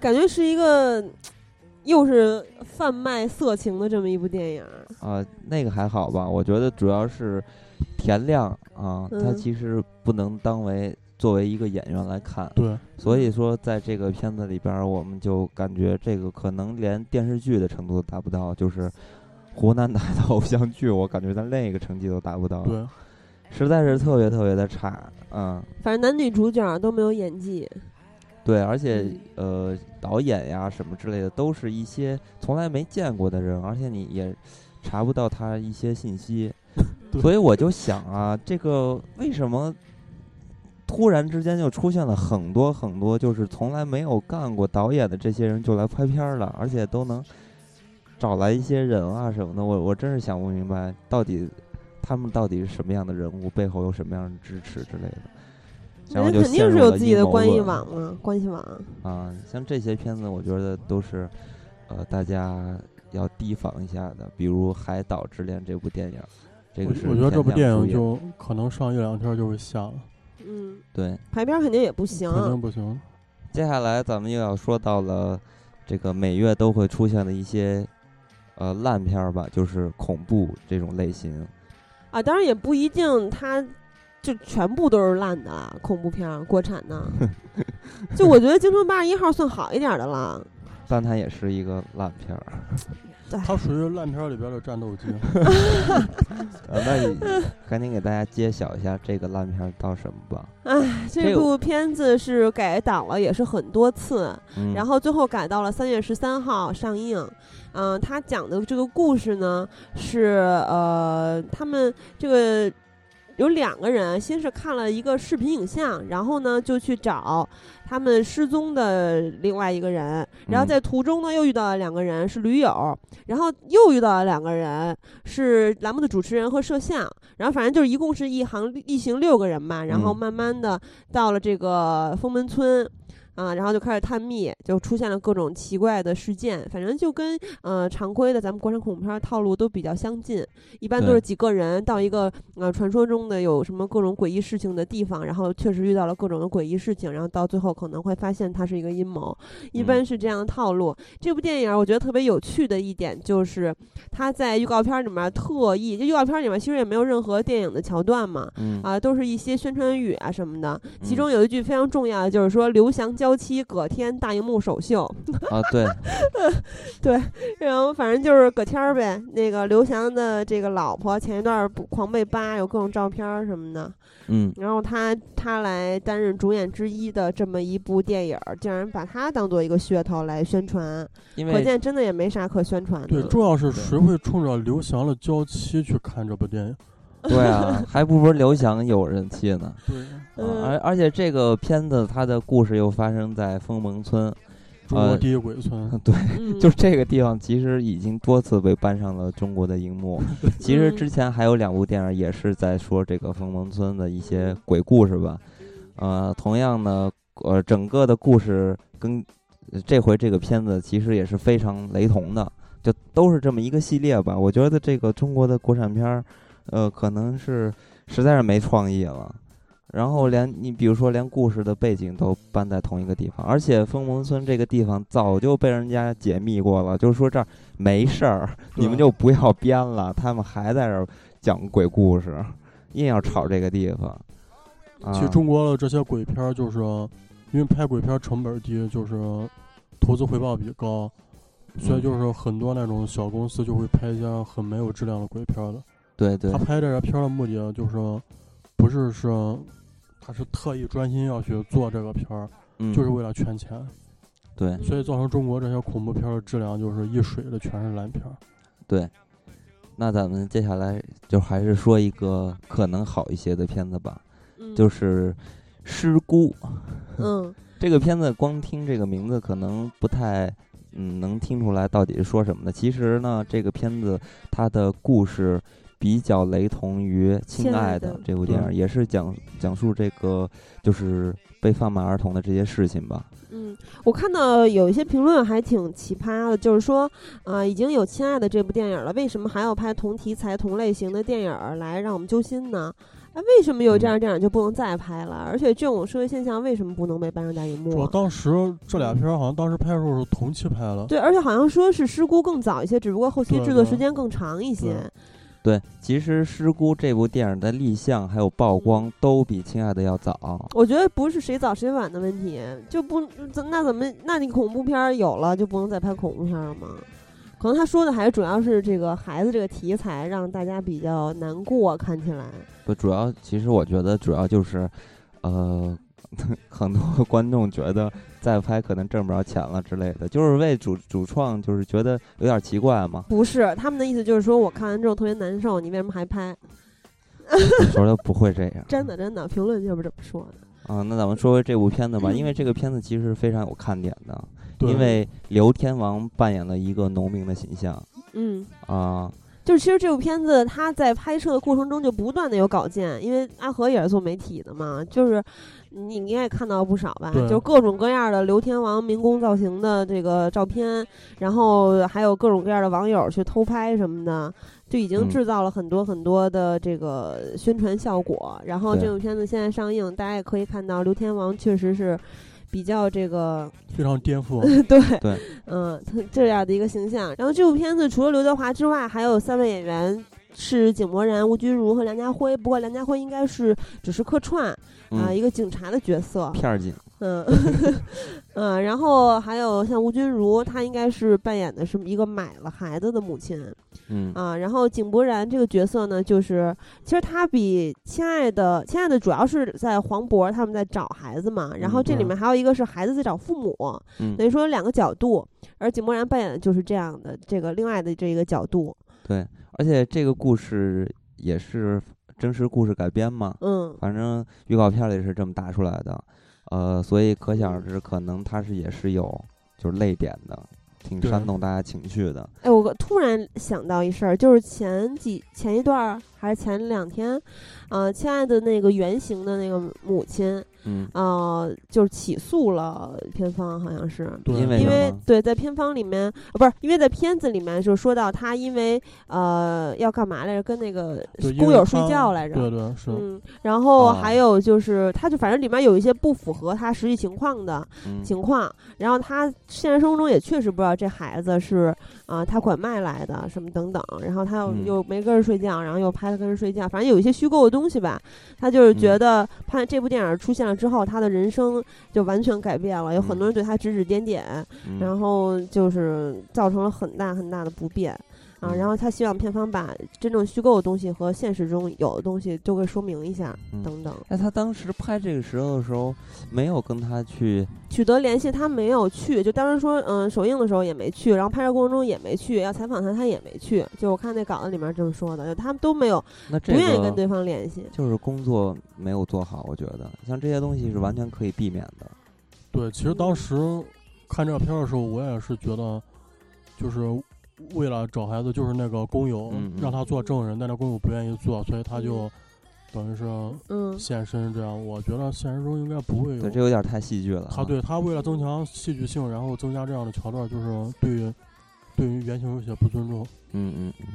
Speaker 2: 感觉是一个又是贩卖色情的这么一部电影儿。
Speaker 1: 啊，那个还好吧，我觉得主要是田亮啊，他
Speaker 2: 嗯
Speaker 1: 其实不能当为作为一个演员来看，
Speaker 3: 对，
Speaker 1: 所
Speaker 2: 嗯
Speaker 1: 以说在这个片子里边儿，我们就感觉这个可能连电视剧的程度都达不到，就是湖南台的偶像剧，我感觉咱那个成绩都达不到，
Speaker 3: 对，
Speaker 1: 实在是特别特别的差，嗯，
Speaker 2: 反正男女主角都没有演技，
Speaker 1: 对，而且
Speaker 2: 嗯
Speaker 1: 呃，导演呀什么之类的，都是一些从来没见过的人，而且你也查不到他一些信 息
Speaker 3: 对，
Speaker 1: 所以我就想啊，这个为什么突然之间就出现了很多很多，就是从来没有干过导演的这些人就来拍片儿了，而且都能找来一些人啊什么的，我我真是想不明白，到底他们到底是什么样的人物，背后有什么样的支持之类的。然后
Speaker 2: 人
Speaker 1: 就
Speaker 2: 肯定
Speaker 1: 陷
Speaker 2: 是
Speaker 1: 入
Speaker 2: 有
Speaker 1: 了
Speaker 2: 自
Speaker 1: 阴
Speaker 2: 己的
Speaker 1: 谋
Speaker 2: 关系
Speaker 1: 论
Speaker 2: 网啊，关系网。
Speaker 1: 啊，像这些片子，我觉得都是，呃，大家要提防一下的。比如《海岛之恋》这部电影，这个是
Speaker 3: 我我觉得这部
Speaker 1: 田
Speaker 3: 电
Speaker 1: 亮主
Speaker 3: 影
Speaker 1: 演
Speaker 3: 就可能上一两天就会下了，
Speaker 2: 嗯，
Speaker 1: 对。
Speaker 2: 排片肯定也不行
Speaker 3: 肯，定不行。
Speaker 1: 接下来咱们又要说到了这个每月都会出现的一些呃烂片儿吧，就是恐怖这种类型。
Speaker 2: 啊，当然也不一定，它就全部都是烂的啦，恐怖片儿、啊国产的。就我觉得《京城八十一号》算好一点的了。
Speaker 1: 但它也是一个烂片儿，
Speaker 3: 它属于烂片里边的战斗机，
Speaker 1: 呃，那你 赶紧给大家揭晓一下这个烂片儿到什么吧。
Speaker 2: 唉，
Speaker 1: 这
Speaker 2: 这
Speaker 1: 个
Speaker 2: 部片子是改档了，也是很多次，
Speaker 1: 嗯，
Speaker 2: 然
Speaker 1: 后
Speaker 2: 后最后改到了三月十三号上映。嗯、他讲的这个故事呢，是呃，他们这个有两个人，先是看了一个视频影像，然后呢就去找他们失踪的另外一个人，然
Speaker 1: 嗯
Speaker 2: 后在途中呢又遇到了两个人是驴友，然后又遇到了两个人是栏目的主持人和摄像，然后反正就是一共是一行一行六个人嘛，然后
Speaker 1: 嗯
Speaker 2: 慢慢的到了这个封门村。啊，然后就开始探秘，就出现了各种奇怪的事件，反正就跟呃常规的咱们国产恐怖片儿套路都比较相近，一般都
Speaker 1: 对
Speaker 2: 是几个人到一个呃传说中的有什么各种诡异事情的地方，然后确实遇到了各种的诡异事情，然后到最后可能会发现它是一个阴谋，一般
Speaker 1: 嗯
Speaker 2: 是这样的套路。这部电影儿我觉得特别有趣的一点就是，它在预告片儿里面儿特意，就预告片儿里面其实也没有任何电影的桥段嘛，
Speaker 1: 嗯，
Speaker 2: 啊，都是一些宣传语啊什么的。其
Speaker 1: 嗯
Speaker 2: 中有一句非常重要的，就是说“刘翔娇妻，葛天大荧幕首秀”。
Speaker 1: 啊，对，
Speaker 2: 然后反正就是葛天儿呗，那个刘翔的这个老婆前一段儿不狂被扒，有各种照片儿什么的。
Speaker 1: 嗯，
Speaker 2: 然后他他来担任主演之一的这么一部电影儿，竟然把他当做一个噱头来宣传，
Speaker 1: 因
Speaker 2: 可
Speaker 1: 为
Speaker 2: 见真的也没啥可宣传
Speaker 3: 对，
Speaker 2: 的。
Speaker 3: 重要是谁会冲着刘翔的娇妻去看这部电影？
Speaker 1: 对啊，还不如刘翔有人气呢。
Speaker 3: 对，
Speaker 1: 啊
Speaker 2: 嗯
Speaker 1: 而而且这个片子它的故事又发生在枫蒙村，
Speaker 3: 中国第一鬼村，
Speaker 1: 对，
Speaker 2: 嗯
Speaker 1: 就是这个地方其实已经多次被搬上了中国的荧幕。其实之前还有两部电影也是在说这个枫蒙村的一些鬼故事吧，呃，同样呢，呃，整个的故事跟呃这回这个片子其实也是非常雷同的，就都是这么一个系列吧。我觉得这个中国的国产片儿，呃，可能是实在是没创意了。然后连你比如说连故事的背景都搬在同一个地方，而且枫蒙村这个地方早就被人家解密过了，就是说这儿没事儿，
Speaker 3: 对
Speaker 1: 你们就不要编了，他们还在这儿讲鬼故事，硬要炒这个地方。啊、
Speaker 3: 其实中国的这些鬼片儿，就是因为拍鬼片儿成本低，就是投资回报比高，所以就是很多那种小公司就会拍一些很没有质量的鬼片儿的。
Speaker 1: 对对
Speaker 3: 他拍这个片儿的目的啊就是不是是他是特意专心要去做这个片儿，
Speaker 1: 嗯
Speaker 3: 就是为了圈钱，
Speaker 1: 对
Speaker 3: 所以造成中国这些恐怖片儿的质量就是一水的全是烂片儿。
Speaker 1: 对。那咱们接下来就还是说一个可能好一些的片子吧，
Speaker 2: 嗯
Speaker 1: 就是《失孤》。
Speaker 2: 嗯，
Speaker 1: 这个片子光听这个名字可能不太，嗯，能听出来到底是说什么的。其实呢，这个片子它的故事比较雷同于《亲
Speaker 2: 亲爱
Speaker 1: 爱的
Speaker 2: 的》
Speaker 1: 这部电影，
Speaker 3: 嗯
Speaker 1: 也是讲讲述这个就是被贩卖儿童的这些事情吧。
Speaker 2: 嗯，我看到有一些评论还挺奇葩的，就是说，啊、已经有《亲爱的》这部电影了，为什么还要拍同题材、同类型的电影儿来让我们揪心呢？哎，为什么有这样的电影就不能再拍了？而且这种社会现象为什么不能被搬上大荧幕
Speaker 3: 主要
Speaker 2: 啊？
Speaker 3: 当时这俩片儿好像当时拍的时候是同期拍的，
Speaker 2: 对，而且好像说是失孤更早一些，只不过后期
Speaker 3: 对
Speaker 2: 制作
Speaker 3: 对
Speaker 2: 时间更长一些。
Speaker 1: 对，其实《失孤》这部电影的立项还有曝光都比《亲爱的》要早。
Speaker 2: 我觉得不是谁早谁晚的问题，就不怎那怎么？那你恐怖片儿有了就不能再拍恐怖片儿了吗？可能他说的还是主要是这个孩子这个题材让大家比较难过，看起来。
Speaker 1: 不，主要其实我觉得主要就是，呃， 很多 观众觉得再拍可能挣不着钱了之类的，就是为主主创就是觉得有点奇怪嘛
Speaker 2: 不是他们的意思，就是说我看完之后特别难受，你为什么还拍？
Speaker 1: 我觉得不会这样。
Speaker 2: 真的真的，评论就是这么说的。
Speaker 1: 啊，那咱们说回这部片子吧，因为这个片子其实非常有看点的，
Speaker 3: 对
Speaker 1: 因为刘天王扮演了一个农民的形象
Speaker 2: 嗯，
Speaker 1: 啊，
Speaker 2: 就是其实这部片子他在拍摄的过程中就不断的有稿件，因为阿和也是做媒体的嘛，就是你应该也看到不少吧，
Speaker 3: 对
Speaker 2: 就是各种各样的刘天王民工造型的这个照片，然后还有各种各样的网友去偷拍什么的，就已经
Speaker 1: 嗯
Speaker 2: 制造了很多很多的这个宣传效果。然后
Speaker 1: 对
Speaker 2: 这部片子现在上映，大家也可以看到刘天王确实是比较这个
Speaker 3: 非常 颠覆。
Speaker 2: 对
Speaker 1: 对
Speaker 2: 嗯，他这样的一个形象。然后这部片子除了刘德华之外，还有三位演员是井柏然、吴君如和梁家辉。不过梁家辉应该是只是客串啊、
Speaker 1: 嗯，
Speaker 2: 一个警察的角色。
Speaker 1: 片儿警，
Speaker 2: 嗯 嗯，然后还有像吴君如，她应该是扮演的是一个买了孩子的母亲
Speaker 1: 嗯，
Speaker 2: 啊。然后井柏然这个角色呢，就是其实她比亲爱的亲爱的主要是在黄渤他们在找孩子嘛，然后
Speaker 1: 嗯
Speaker 2: 这里
Speaker 3: 对
Speaker 2: 面还有一个是孩子在找父母。
Speaker 1: 嗯
Speaker 2: 等于说有两个角度，而井柏然扮演的就是这样的这个另外的这一个角度，
Speaker 1: 对，而且这个故事也是真实故事改编嘛，
Speaker 2: 嗯，
Speaker 1: 反正预告片里是这么打出来的，呃，所以可想而知，可能它是也是有就是泪点的，挺
Speaker 3: 对
Speaker 1: 煽动大家情绪的。
Speaker 2: 哎，我突然想到一事儿，就是前几前一段儿还是前两天，呃，亲爱的那个原型的那个母亲，
Speaker 1: 嗯，
Speaker 2: 呃，就是起诉了片方，好像是。
Speaker 3: 对，
Speaker 1: 因为
Speaker 2: 因为
Speaker 1: 什么
Speaker 2: 对，在片方里面，啊、不是因为在片子里面就说到他因为呃要干嘛来着，跟那个
Speaker 3: 对因
Speaker 2: 工
Speaker 3: 为
Speaker 2: 友睡
Speaker 3: 他
Speaker 2: 觉来着，
Speaker 3: 对对是，
Speaker 2: 嗯，然后
Speaker 1: 啊
Speaker 2: 还有就是，他就反正里面有一些不符合他实际情况的
Speaker 1: 嗯，
Speaker 2: 情况，然后他现实生活中也确实不知道这孩子是啊、他拐卖来的什么等等，然后他又、
Speaker 1: 嗯
Speaker 2: 又没跟人睡觉，然后又拍他跟人睡觉，反正有一些虚构的东西吧。他就是
Speaker 3: 嗯
Speaker 2: 觉得拍这部电影出现了之后，他的人生就完全改变了，有
Speaker 3: 嗯
Speaker 2: 很多人对他指指点点，
Speaker 1: 嗯
Speaker 2: 然后就是造成了很大很大的不便啊。
Speaker 1: 嗯
Speaker 2: 然后他希望片方把真正虚构的东西和现实中有的东西就会说明一下，
Speaker 1: 嗯
Speaker 2: 等等。
Speaker 1: 哎，他当时拍这个时候的时候，没有跟他去，
Speaker 2: 取得联系他没有去，就当时说嗯首映的时候也没去，然后拍摄过程中也没去，要采访他他也没去。就我看那稿子里面这么说的，就他们都没有
Speaker 1: 那
Speaker 2: 不
Speaker 1: 这
Speaker 2: 愿意跟
Speaker 1: 个
Speaker 2: 对方联系。
Speaker 1: 就是工作没有做好，我觉得像这些东西是完全可以避免的。
Speaker 3: 对，其实当时看这个片儿的时候，我也是觉得，就是为了找孩子，就是那个工友
Speaker 1: 嗯嗯
Speaker 3: 让他做证人，但那工友不愿意做，所以他就等于是
Speaker 2: 嗯，
Speaker 3: 现身这样。我觉得现实中应该不会
Speaker 1: 对，这
Speaker 3: 有。
Speaker 1: 有点太戏剧了啊。
Speaker 3: 他对他为了增强戏剧性，然后增加这样的桥段，就是对于对于原型有些不尊重。
Speaker 1: 嗯嗯嗯。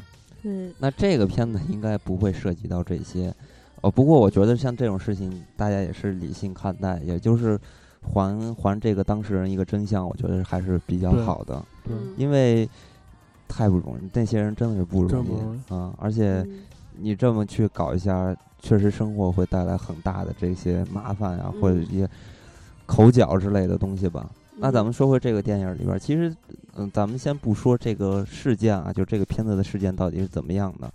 Speaker 2: 对，
Speaker 1: 那这个片子应该不会涉及到这些，哦，不过我觉得像这种事情，大家也是理性看待，也就是还还这个当事人一个真相，我觉得还是比较
Speaker 3: 对
Speaker 1: 好的，
Speaker 3: 对，
Speaker 2: 嗯
Speaker 1: 因为太不容易，那些人真的是不容
Speaker 3: 真
Speaker 1: 易
Speaker 3: 不容
Speaker 1: 啊、而且
Speaker 2: 嗯
Speaker 1: 你这么去搞一下，确实生活会带来很大的这些麻烦啊，或者
Speaker 2: 嗯
Speaker 1: 一些口角之类的东西吧。那咱
Speaker 2: 嗯
Speaker 1: 们说回这个电影里边儿，其实，嗯，咱们先不说这个事件啊，就这个片子的事件到底是怎么样的，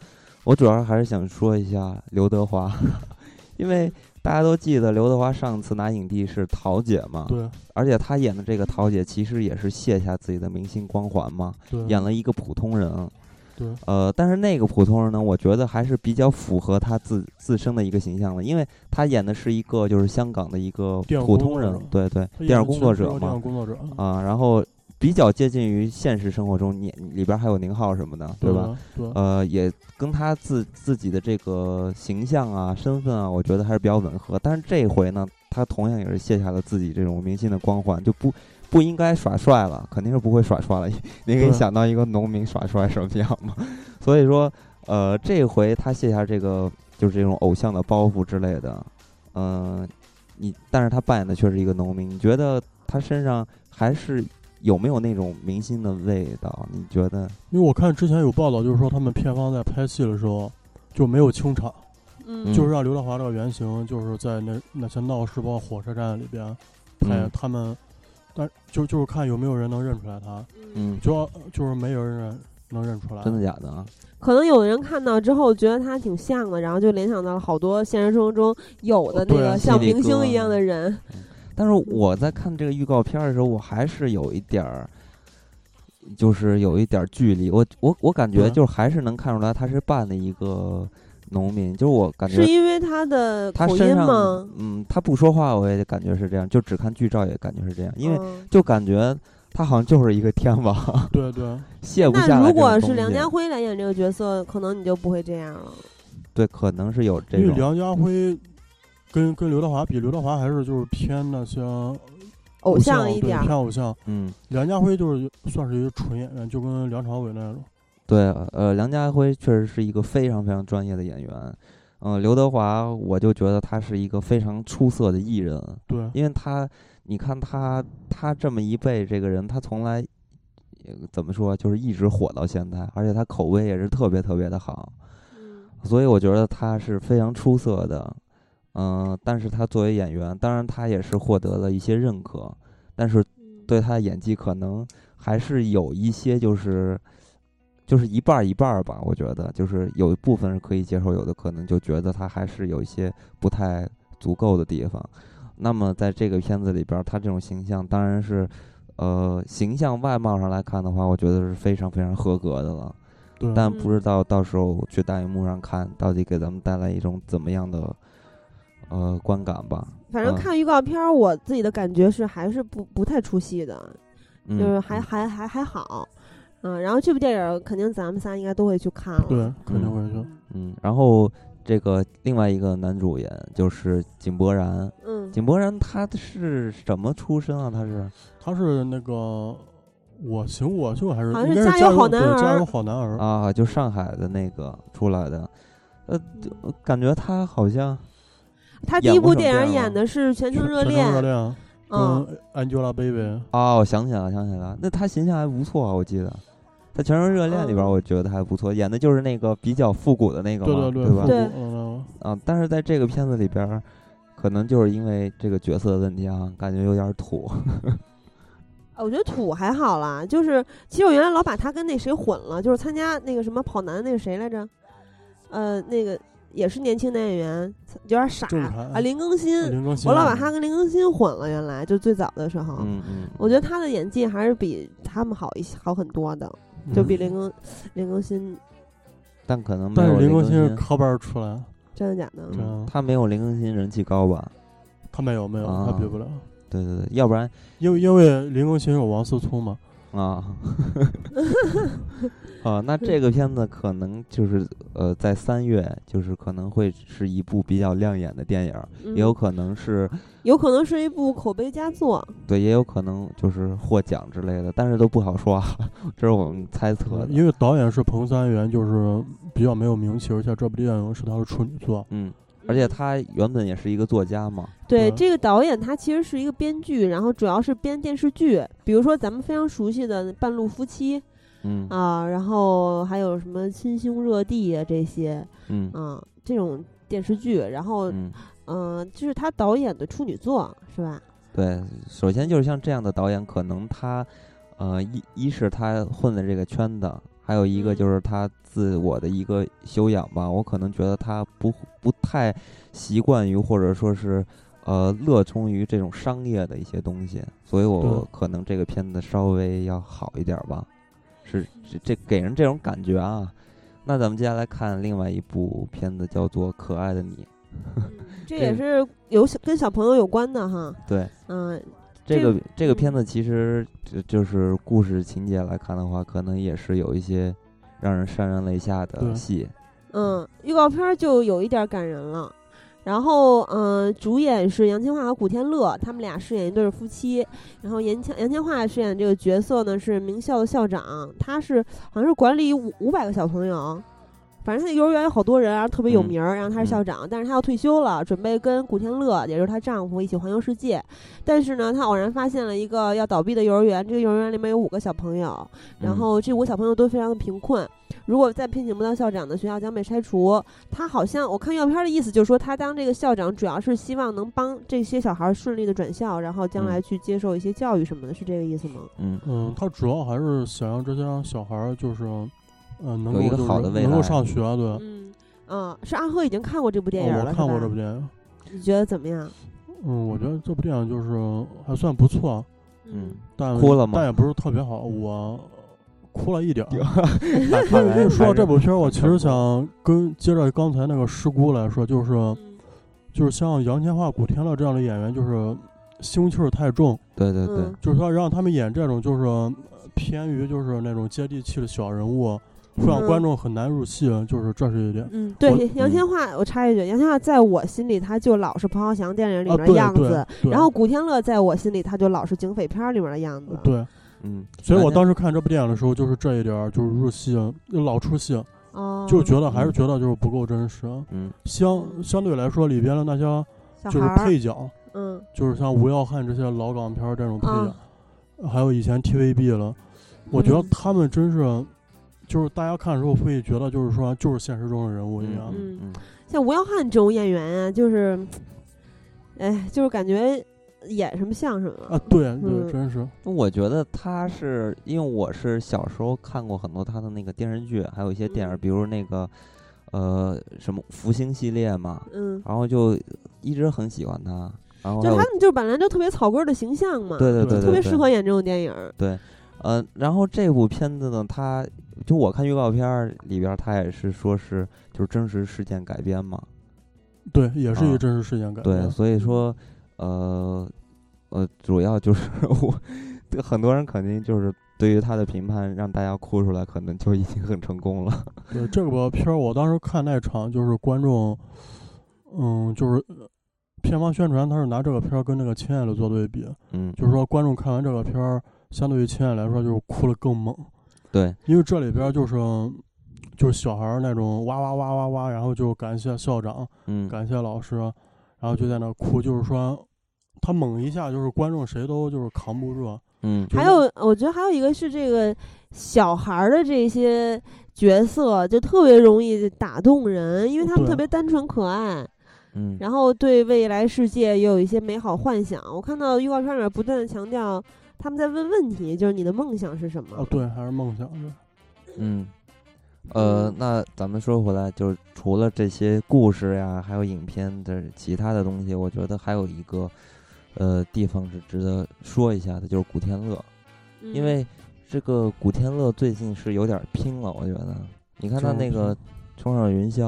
Speaker 1: 我主要还是想说一下刘德华， 因为大家都记得刘德华上次拿影帝是桃姐嘛，
Speaker 3: 对
Speaker 1: 而且他演的这个桃姐其实也是卸下自己的明星光环嘛，
Speaker 3: 对，
Speaker 1: 演了一个普通人，
Speaker 3: 对
Speaker 1: 呃，但是那个普通人呢，我觉得还是比较符合他自自身的一个形象的，因为他演的是一个就是香港的一个
Speaker 3: 电影
Speaker 1: 普
Speaker 3: 工
Speaker 1: 通
Speaker 3: 作
Speaker 1: 人
Speaker 3: 者，
Speaker 1: 对对，
Speaker 3: 他
Speaker 1: 电影
Speaker 3: 演
Speaker 1: 工
Speaker 3: 其
Speaker 1: 作
Speaker 3: 实
Speaker 1: 者
Speaker 3: 是个电
Speaker 1: 嘛
Speaker 3: 影，工作者，嗯
Speaker 1: 啊，然后比较接近于现实生活中，你里边还有宁浩什么的，对吧？？
Speaker 3: 对，
Speaker 1: 呃，也跟他自自己的这个形象啊、身份啊，我觉得还是比较吻合。但是这回呢，他同样也是卸下了自己这种明星的光环，就不不应该耍帅了，肯定是不会耍帅了。 你可以
Speaker 3: 对
Speaker 1: 想到一个农民耍帅什么样吗？ 所以说，呃，这回他卸下这个就是这种偶像的包袱之类的，嗯、你但是他扮演的却是一个农民，你觉得他身上还是有没有那种明星的味道？你觉得？
Speaker 3: 因为我看之前有报道，就是说他们片方在拍戏的时候就没有清场，
Speaker 2: 嗯
Speaker 3: 就是让刘德华这个原型就是在那那些闹市包括火车站里边拍
Speaker 1: 嗯
Speaker 3: 他们但就就是看有没有人能认出来他，
Speaker 1: 嗯，
Speaker 3: 就要就是没有人能认出来。
Speaker 1: 真的假的啊？
Speaker 2: 可能有的人看到之后觉得他挺像的，然后就联想到了好多现实生活中有
Speaker 1: 哦
Speaker 2: 的那
Speaker 3: 对啊
Speaker 2: 个像
Speaker 1: 犀利
Speaker 2: 明星
Speaker 1: 哥
Speaker 2: 一样的人。
Speaker 1: 但是我在看这个预告片儿的时候，我还是有一点儿，就是有一点儿距离。我我我感觉
Speaker 2: 啊
Speaker 3: 嗯
Speaker 1: 就是还是能看出来他是扮的一个农民，就是我感
Speaker 2: 是
Speaker 1: 觉
Speaker 2: 因为他的
Speaker 1: 他
Speaker 2: 口
Speaker 1: 身
Speaker 2: 音
Speaker 1: 上
Speaker 2: 吗？，
Speaker 1: 嗯，他不说话我也感觉是这样，就只看剧照也感觉是这样，因为
Speaker 2: 嗯
Speaker 1: 就感觉他好像就是一个天王，
Speaker 3: 对对，
Speaker 1: 卸不下
Speaker 2: 那
Speaker 1: 来。
Speaker 2: 如果是梁家，辉来演这个角色，可能你就不会这样了。
Speaker 1: 对，可能是有这
Speaker 3: 因为
Speaker 1: 种嗯
Speaker 3: 梁家辉跟跟刘德华比，刘德华还是就是偏那些
Speaker 2: 偶
Speaker 3: 像
Speaker 2: 一
Speaker 3: 对
Speaker 2: 点儿，
Speaker 3: 偏偶像。
Speaker 1: 嗯。
Speaker 3: 梁家辉就是算是一个纯演员，就跟梁朝伟那种。
Speaker 1: 对，呃，梁家辉确实是一个非常非常专业的演员，嗯、刘德华，我就觉得他是一个非常出色的艺人，
Speaker 3: 对，
Speaker 1: 因为他，你看他，他这么一辈这个人，他从来、呃怎么说，就是一直火到现在，而且他口碑也是特别特别的好，
Speaker 2: 嗯
Speaker 1: 所以我觉得他是非常出色的，嗯、但是他作为演员，当然他也是获得了一些认可，但是
Speaker 2: 嗯
Speaker 1: 对他的演技可能还是有一些就是就是一半儿一半儿吧，我觉得就是有一部分是可以接受，有的可能就觉得他还是有一些不太足够的地方。那么在这个片子里边儿，他这种形象当然是，呃，形象外貌上来看的话，我觉得是非常非常合格的了。
Speaker 3: 对，
Speaker 1: 但不
Speaker 2: 嗯
Speaker 1: 知道到时候去大荧幕上看到底给咱们带来一种怎么样的呃观感吧。
Speaker 2: 反正
Speaker 1: 嗯
Speaker 2: 看预告片儿，我自己的感觉是还是不不太出戏的，
Speaker 1: 嗯，
Speaker 2: 就是还还还还好。嗯，然后这部电影儿肯定咱们仨应该都会去看了。
Speaker 3: 对，肯定会去。
Speaker 1: 嗯，然后这个另外一个男主演就是井柏然，
Speaker 2: 嗯，
Speaker 1: 井柏然他是什么出身啊？他是
Speaker 3: 他是那个我行我素还是
Speaker 2: 好像
Speaker 3: 应该
Speaker 2: 是加
Speaker 3: 是
Speaker 2: 油
Speaker 3: 油
Speaker 2: 好
Speaker 3: 对
Speaker 2: 男
Speaker 3: 加
Speaker 2: 儿
Speaker 3: 油好男儿。
Speaker 1: 啊，就上海的那个出来的，呃，感觉他好像
Speaker 2: 他第
Speaker 1: 演
Speaker 2: 一
Speaker 1: 过什
Speaker 2: 部
Speaker 1: 么
Speaker 2: 电
Speaker 1: 电
Speaker 2: 影
Speaker 1: 影
Speaker 2: 演
Speaker 1: 啊
Speaker 2: 的是《全
Speaker 3: 全
Speaker 2: 程热
Speaker 3: 全
Speaker 2: 恋
Speaker 3: 程》热。恋啊
Speaker 2: 嗯，
Speaker 3: 跟 Angelababy，啊
Speaker 1: 哦，我想起来了，想起来了，那他形象还不错啊，我记得。在《全城热恋》里边，
Speaker 2: 嗯
Speaker 1: 我觉得还不错，演的就是那个比较复古的那个
Speaker 3: 对
Speaker 1: 嘛，
Speaker 3: 对对，
Speaker 1: 吧？
Speaker 2: 对
Speaker 3: 复古嗯
Speaker 1: 啊，但是在这个片子里边儿，可能就是因为这个角色的问题啊，感觉有点土。
Speaker 2: 我觉得土还好啦，就是其实我原来老把他跟那谁混了，就是参加那个什么跑男那个谁来着，呃，那个也是年轻男演员，有点傻
Speaker 3: 郑恺
Speaker 2: 啊，林更新，
Speaker 3: 林更新，
Speaker 2: 我老把他跟林更新混了，原来就最早的时候，
Speaker 1: 嗯嗯，
Speaker 2: 我觉得他的演技还是比他们好一些，好很多的，
Speaker 3: 嗯
Speaker 2: 就比林更、林更新
Speaker 1: 但可能没
Speaker 3: 但
Speaker 1: 有
Speaker 3: 是林
Speaker 1: 更啊
Speaker 3: 更新是科班儿出来，
Speaker 2: 真的假的？
Speaker 3: 对啊
Speaker 1: 他嗯没有林更新人气高吧？
Speaker 3: 他没有没有，他比不了，
Speaker 1: 对对对，要不然
Speaker 3: 因为因为林更新有王思聪嘛，
Speaker 1: 啊， 啊，那这个片子可能就是呃，在三月就是可能会是一部比较亮眼的电影儿，
Speaker 2: 嗯
Speaker 1: 也有可能是
Speaker 2: 有可能是一部口碑佳作，
Speaker 1: 对，也有可能就是获奖之类的，但是都不好说啊， 这是我们猜测的。
Speaker 3: 嗯因为导演是彭三元，就是比较没有名气，而且这部电影是他的处女作，
Speaker 1: 嗯，而且他原本也是一个作家嘛，
Speaker 2: 对
Speaker 3: 嗯
Speaker 2: 这个导演他其实是一个编剧，然后主要是编电视剧，比如说咱们非常熟悉的《半路夫妻》。
Speaker 1: 嗯
Speaker 2: 啊，然后还有什么《亲兄热弟》啊这些
Speaker 1: 嗯
Speaker 2: 啊这种电视剧，然后嗯、
Speaker 1: 嗯，
Speaker 2: 呃这是他导演的处女作是吧？
Speaker 1: 对，首先就是像这样的导演，可能他，呃，一一是他混的这个圈子，还有一个
Speaker 2: 嗯
Speaker 1: 就是他自我的一个修养吧。我可能觉得他不不太习惯于，或者说是，呃，乐衷于这种商业的一些东西，所以我
Speaker 3: 对
Speaker 1: 可能这个片子稍微要好一点儿吧，是这这给人这种感觉啊。那咱们接下来看另外一部片子，叫做《可爱的你》。
Speaker 2: 这
Speaker 1: 这
Speaker 2: 也是有小跟小朋友有关的哈，
Speaker 1: 对，
Speaker 2: 嗯、
Speaker 1: 这
Speaker 2: 这
Speaker 1: 个这个
Speaker 2: 嗯
Speaker 1: 片子其实就就是故事情节来看的话，可能也是有一些让人潸然泪下的
Speaker 3: 对
Speaker 1: 戏。
Speaker 2: 嗯，预告片儿就有一点儿感人了。然后，嗯、主演是杨千嬅和古天乐，他们俩饰演一对儿夫妻。然后杨千杨千嬅饰演这个角色呢是名校的校长，他是好像是管理五五百个小朋友，反正他幼儿园有好多人，然后特别有
Speaker 1: 嗯
Speaker 2: 名儿，然后他
Speaker 1: 嗯
Speaker 2: 是校长，但是他要退休了，准备跟古天乐，也就是她丈夫一起环游世界。但是呢，她偶然发现了一个要倒闭的幼儿园，这个幼儿园里面有五个小朋友，然
Speaker 1: 嗯
Speaker 2: 后这五个小朋友都非常的贫困。如果再聘请不到校长的学校将被拆除。他好像我看预告片的意思就是说，他当这个校长主要是希望能帮这些小孩儿顺利的转校，然后将来
Speaker 1: 嗯
Speaker 2: 去接受一些教育什么的，是这个意思吗？
Speaker 1: 嗯
Speaker 3: 嗯，他主要还是想让这些让小孩儿就是，呃，能
Speaker 1: 有一
Speaker 3: 够
Speaker 1: 个
Speaker 3: 就是
Speaker 1: 好的未
Speaker 3: 能够
Speaker 1: 来
Speaker 3: 上学，对。啊
Speaker 2: 嗯，啊，是安和已经看过这部电影了，
Speaker 3: 哦我看过
Speaker 2: 是
Speaker 3: 这部
Speaker 2: 吧？
Speaker 3: 电影，
Speaker 2: 你觉得怎么样？
Speaker 3: 嗯，我觉得这部电影就是还算不错，
Speaker 1: 嗯，
Speaker 3: 但
Speaker 1: 哭了吗
Speaker 3: 但也不是特别好，我哭了一点儿。
Speaker 1: 那看来
Speaker 3: 跟 你
Speaker 1: 哎
Speaker 3: 说到
Speaker 1: 还是
Speaker 3: 这部片儿，我其
Speaker 1: 很
Speaker 3: 实
Speaker 1: 不
Speaker 3: 想跟接着刚才那个师姑来说，就是就是像杨千嬅、古天乐这样的演员，就是腥气儿太重，
Speaker 1: 对对对
Speaker 2: 嗯，
Speaker 3: 就是说让他们演这种就是呃偏于就是那种接地气的小人物，会让
Speaker 2: 嗯
Speaker 3: 观众很难入戏，就是这是一点。
Speaker 2: 嗯，对
Speaker 3: 我，
Speaker 2: 杨
Speaker 1: 嗯
Speaker 2: 千嬅，我插一句，杨千嬅在我心里，她就老是彭浩翔电影里
Speaker 3: 啊，
Speaker 2: 面的
Speaker 3: 对
Speaker 2: 样子，
Speaker 3: 对对，
Speaker 2: 然后古天乐在我心里，他就老是警匪片儿里面的样子。
Speaker 3: 对，
Speaker 1: 嗯，
Speaker 3: 所以我
Speaker 1: 反正
Speaker 3: 当时看这部电影的时候，就是这一点儿就是入戏，老出戏，啊
Speaker 2: 哦，
Speaker 3: 就是觉得还是
Speaker 1: 嗯
Speaker 3: 觉得就是不够真实。啊
Speaker 1: 嗯
Speaker 3: 相相对来说，里边的那些
Speaker 2: 小
Speaker 3: 就是
Speaker 2: 孩儿，
Speaker 3: 配角，
Speaker 2: 嗯
Speaker 3: 就是像吴耀汉这些老港片儿这种配角
Speaker 1: 嗯
Speaker 2: 啊，，
Speaker 3: 还有以前 TVB 了，我觉得
Speaker 2: 嗯
Speaker 3: 他们真是，就是大家看的时候会觉得就是说就是现实中的人物一样。
Speaker 1: 嗯嗯
Speaker 2: 像吴耀汉这种演员啊，就是，哎，就是感觉演什么像什
Speaker 3: 啊
Speaker 2: 么。，
Speaker 3: 对
Speaker 2: 嗯
Speaker 3: 对，真是，
Speaker 1: 那我觉得他是因为我是小时候看过很多他的那个电视剧，还有一些电影，
Speaker 2: 嗯
Speaker 1: 比如那个呃什么福星系列嘛，
Speaker 2: 嗯，
Speaker 1: 然后就一直很喜欢他，然后
Speaker 2: 就
Speaker 1: 还有
Speaker 2: 他们就本来就特别草根儿的形象嘛，
Speaker 1: 对对
Speaker 3: 哦对
Speaker 1: 对对，
Speaker 2: 特别
Speaker 1: 对
Speaker 2: 适合演这种电影儿。
Speaker 1: 呃，然后这部片子呢，它就我看预告片儿里边儿，它也是说是就是真实事件改编嘛，
Speaker 3: 对，也是一
Speaker 1: 啊
Speaker 3: 个真实事件改
Speaker 1: 对，
Speaker 3: 编。
Speaker 1: 所以说，呃，呃，主要就是 我，对很多人肯定就是对于他的评判，让大家哭出来，可能就已经很成功了。
Speaker 3: 对这个片儿，我当时看那场就是观众，嗯，就是呃片方宣传他是拿这个片儿跟那个《亲爱的》做对比，
Speaker 1: 嗯，
Speaker 3: 就是说观众看完这个片儿，相对于《亲爱的》来说就是哭了更猛，
Speaker 1: 对，
Speaker 3: 因为这里边儿就是就是小孩儿那种哇哇哇哇哇，然后就感谢校长，
Speaker 1: 嗯，
Speaker 3: 感谢老师，然后就在那哭，就是说他猛一下，就是观众谁都就是扛不住。
Speaker 1: 嗯，
Speaker 3: 就
Speaker 2: 还
Speaker 3: 是
Speaker 2: 有，我觉得还有一个是这个小孩儿的这些角色，就特别容易打动人，因为他们
Speaker 3: 对
Speaker 2: 特别单纯可爱。
Speaker 1: 嗯，
Speaker 2: 然后对未来世界也有一些美好幻想。我看到预告片里面不断的强调，他们在问问题，就是你的梦想是什
Speaker 3: 哦
Speaker 2: 么？，
Speaker 3: 对，还是梦想的。
Speaker 1: 嗯，呃，那咱们说回来，就是除了这些故事呀，还有影片的其他的东西，我觉得还有一个呃地方是值得说一下的，就是古天乐。
Speaker 2: 嗯
Speaker 1: 因为这个古天乐最近是有点儿拼了，我觉得。你看他
Speaker 3: 就是
Speaker 1: 那
Speaker 3: 拼
Speaker 1: 个《冲上云霄》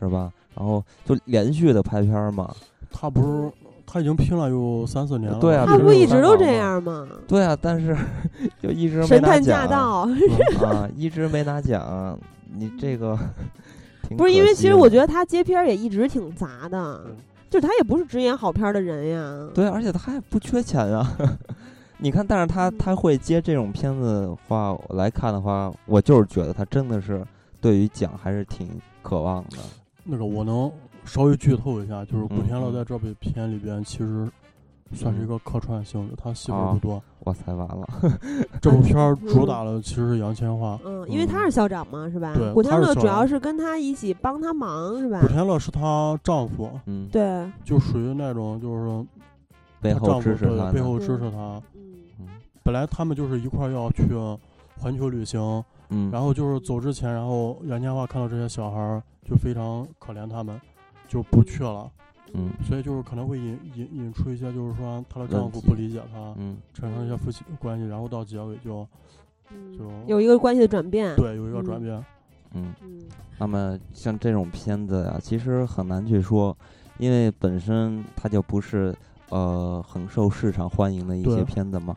Speaker 1: 是吧？然后就连续的拍片儿嘛。
Speaker 3: 他不是他已经拼了有三四年了吧，
Speaker 1: 对啊
Speaker 2: 他
Speaker 1: 比
Speaker 2: 不
Speaker 1: 如
Speaker 2: 一
Speaker 1: 说
Speaker 2: 直都
Speaker 1: 大
Speaker 2: 这
Speaker 1: 佬
Speaker 2: 样吗？
Speaker 1: 对啊，但是 就一直没
Speaker 2: 神
Speaker 1: 拿
Speaker 2: 探驾
Speaker 1: 奖
Speaker 2: 到，
Speaker 1: 啊，一直没拿奖。你这个 挺
Speaker 2: 不是
Speaker 1: 可
Speaker 2: 因为
Speaker 1: 惜
Speaker 2: 其实
Speaker 1: 的
Speaker 2: 我觉得他接片儿也一直挺杂的
Speaker 3: 嗯，
Speaker 2: 就是他也不是只演好片儿的人呀。
Speaker 1: 对，而且他也不缺钱啊。 你看，但是他他会接这种片子的话我来看的话，我就是觉得他真的是对于奖还是挺渴望的。
Speaker 3: 那个我能稍微剧透一下，就是古
Speaker 1: 嗯
Speaker 3: 天乐
Speaker 1: 嗯
Speaker 3: 在这部片里边其实算是一个客串性质，他戏份
Speaker 1: 啊
Speaker 3: 不多。
Speaker 1: 哇塞，完了，
Speaker 3: 这部片儿主打的其实是杨千嬅，
Speaker 2: 嗯，因为他是校长嘛，是吧？
Speaker 3: 啊对
Speaker 2: 古天
Speaker 3: 他是
Speaker 2: 乐
Speaker 3: 校
Speaker 2: 主要
Speaker 3: 长
Speaker 2: 是跟他一起帮他忙，是吧
Speaker 3: 古？天乐是她丈夫，
Speaker 1: 嗯，
Speaker 2: 对，
Speaker 3: 就属于那种就是
Speaker 1: 背
Speaker 3: 她
Speaker 1: 后
Speaker 3: 丈夫
Speaker 1: 支持
Speaker 3: 对
Speaker 1: 他
Speaker 3: 背
Speaker 1: 呢
Speaker 3: 后支持她。
Speaker 1: 嗯
Speaker 2: 嗯
Speaker 3: 本来他们就是一块儿要去环球旅行，
Speaker 1: 嗯，
Speaker 3: 然后就是走之前，然后杨千嬅看到这些小孩儿就非常可怜他们，就不去了。
Speaker 1: 嗯
Speaker 3: 所以就是可能会引引引出一些，就是说她的丈
Speaker 1: 问
Speaker 3: 夫
Speaker 1: 题
Speaker 3: 不理解她，
Speaker 1: 嗯
Speaker 3: 产生一些夫妻关系，然后到结尾
Speaker 2: 嗯
Speaker 3: 就就
Speaker 2: 有一个关系的转变。
Speaker 3: 对有一个
Speaker 2: 嗯
Speaker 3: 转变。
Speaker 1: 嗯，
Speaker 2: 嗯，
Speaker 1: 那么像这种片子啊，其实很难去说，因为本身它就不是呃很受市场欢迎的一些
Speaker 3: 对
Speaker 1: 片子嘛，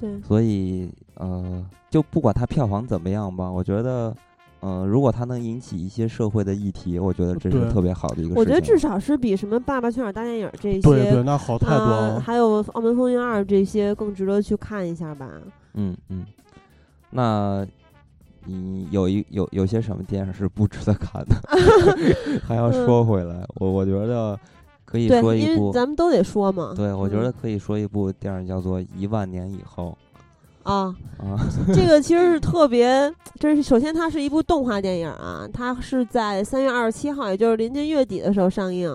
Speaker 2: 对，
Speaker 1: 所以呃，就不管它票房怎么样吧，我觉得。呃，如果它能引起一些社会的议题，我觉得这是
Speaker 3: 对
Speaker 1: 特别好的一个事情。
Speaker 2: 我觉得至少是比什么《爸爸去哪儿》大电影这些，
Speaker 3: 对对，那好太多
Speaker 2: 啊，
Speaker 3: 了。
Speaker 2: 还有《澳门风云二》这些更值得去看一下吧。
Speaker 1: 嗯嗯，那你有一有有些什么电影是不值得看 的？还要说回来，我我觉得可以
Speaker 2: 嗯对
Speaker 1: 说，
Speaker 2: 因
Speaker 1: 一部
Speaker 2: 为咱们都得说嘛。
Speaker 1: 对，我觉
Speaker 2: 嗯
Speaker 1: 得可以说一部电影叫做《一万年以后》。
Speaker 2: 啊，
Speaker 1: 啊，
Speaker 2: 这个其实是特别，这是首先它是一部动画电影啊，它是在三月二十七号，也就是临近月底的时候上映。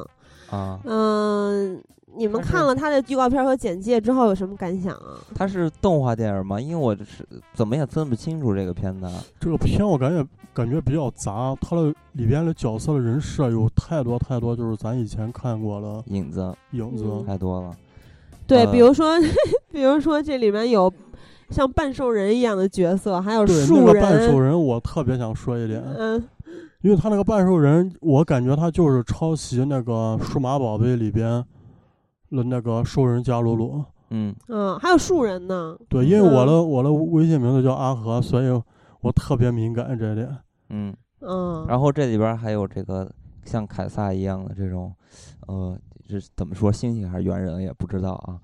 Speaker 1: 啊，
Speaker 2: 嗯、你们
Speaker 1: 它是
Speaker 2: 看了它的预告片和简介之后有什么感想啊？
Speaker 1: 它是动画电影吗？因为我是怎么也分不清楚这个片子啊。
Speaker 3: 这个片我感觉感觉比较杂，它的里边的角色的人设有太多太多，就是咱以前看过的
Speaker 1: 影子
Speaker 3: 影子。
Speaker 2: 嗯
Speaker 1: 太多了，
Speaker 2: 对，
Speaker 1: 呃
Speaker 2: 比如说， 比如说这里面有像半兽人一样的角色，还有
Speaker 3: 对，
Speaker 2: 树
Speaker 3: 那个
Speaker 2: 人，
Speaker 3: 半兽人我特别想说一点，
Speaker 2: 嗯
Speaker 3: 因为他那个半兽人，我感觉他就是抄袭那个《数码宝贝》里边的那个兽人加鲁鲁。
Speaker 1: 嗯，
Speaker 2: 嗯，还有树人呢，
Speaker 3: 对，因为我的、
Speaker 2: 嗯
Speaker 3: 我的微信名字叫阿和，所以我特别敏感这一点。
Speaker 1: 嗯，
Speaker 2: 嗯，
Speaker 1: 然后这里边儿还有这个像凯撒一样的这种，呃，这是怎么说猩猩还是猿人也不知道啊。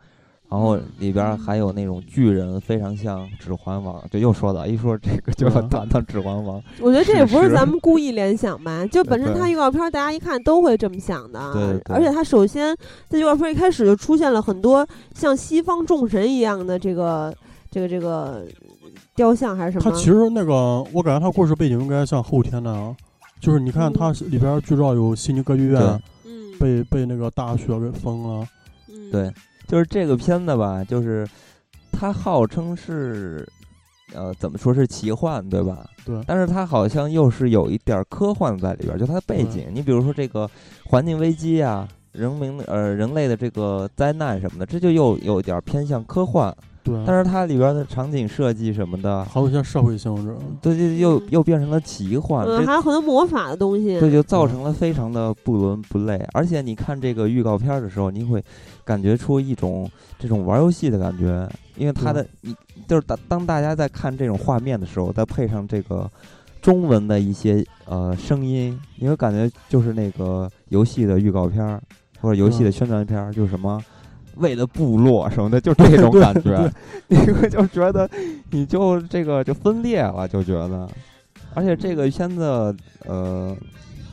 Speaker 1: 然后里边儿还有那种巨人，非常像《指环王》，就又说到一说这个就要
Speaker 3: 嗯
Speaker 1: 谈到《指环王》，
Speaker 2: 我觉得这也不
Speaker 1: 是
Speaker 2: 是
Speaker 1: 是
Speaker 2: 咱们故意联想吧，就本身
Speaker 1: 对
Speaker 2: 它预告片儿大家一看都会这么想的，啊
Speaker 1: 对对
Speaker 2: 而且它首先在预告片儿一开始就出现了很多像西方众神一样的这个这个这个雕像还是什
Speaker 3: 他
Speaker 2: 么？
Speaker 3: 其实那个，我感觉他故事背景应该像后天那样，就是你看
Speaker 2: 嗯
Speaker 3: 他里边剧照有悉尼歌剧院
Speaker 2: 嗯，
Speaker 3: 被被那个大雪给封了，
Speaker 2: 嗯
Speaker 1: 对，就是这个片子吧，就是它号称是，呃，怎么说是奇幻，对吧？
Speaker 3: 对
Speaker 1: 但是它好像又是有一点儿科幻在里边儿，就它的背
Speaker 3: 对
Speaker 1: 景，你比如说这个环境危机啊，人民呃人类的这个灾难什么的，这就又有点儿偏向科幻。
Speaker 3: 对，
Speaker 1: 但是它里边儿的场景设计什么的，
Speaker 3: 还有一些社会性质。
Speaker 1: 对对，又
Speaker 2: 嗯
Speaker 1: 又变成了奇幻。
Speaker 2: 嗯，
Speaker 1: 这
Speaker 2: 还有很多魔法的东西，
Speaker 1: 这就造
Speaker 3: 嗯
Speaker 1: 成了非常的不伦不类，而且你看这个预告片儿的时候，你会感觉出一种这种玩儿游戏的感觉，因为它的你就是当当大家在看这种画面的时候，再配上这个中文的一些呃声音，你会感觉就是那个游戏的预告片儿或者游戏的
Speaker 3: 嗯
Speaker 1: 宣传片儿，就是什么。为了部落什么的，就这种
Speaker 3: 对
Speaker 1: 感
Speaker 3: 对
Speaker 1: 觉， 你会就觉得你就这个就分裂了，就觉得，而且这个片子呃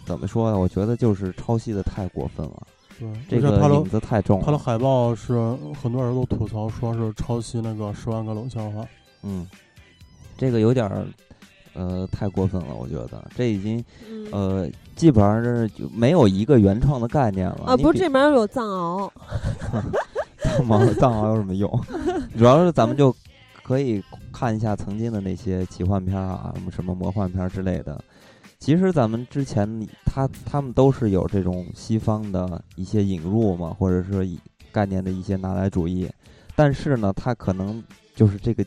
Speaker 1: 怎么说呢？我觉得就是抄袭的太过分了，
Speaker 3: 对，
Speaker 1: 这
Speaker 3: 而且
Speaker 1: 个
Speaker 3: 他的
Speaker 1: 影子太重
Speaker 3: 他的
Speaker 1: 了。
Speaker 3: 海报是很多人都吐槽说是抄袭那个《十万个冷笑话》。
Speaker 1: 嗯，这个有点儿呃太过分了，我觉得这已经
Speaker 2: 嗯
Speaker 1: 呃基本上是就没有一个原创的概念了
Speaker 2: 啊，
Speaker 1: 你
Speaker 2: 不是
Speaker 1: 比
Speaker 2: 这里面有藏 獒，
Speaker 1: 藏獒藏獒有什么用？主要是咱们就可以看一下曾经的那些奇幻片儿啊，什么什么魔幻片儿之类的。其实咱们之前他他们都是有这种西方的一些引入嘛，或者说以概念的一些拿来主义，但是呢，它可能就是这个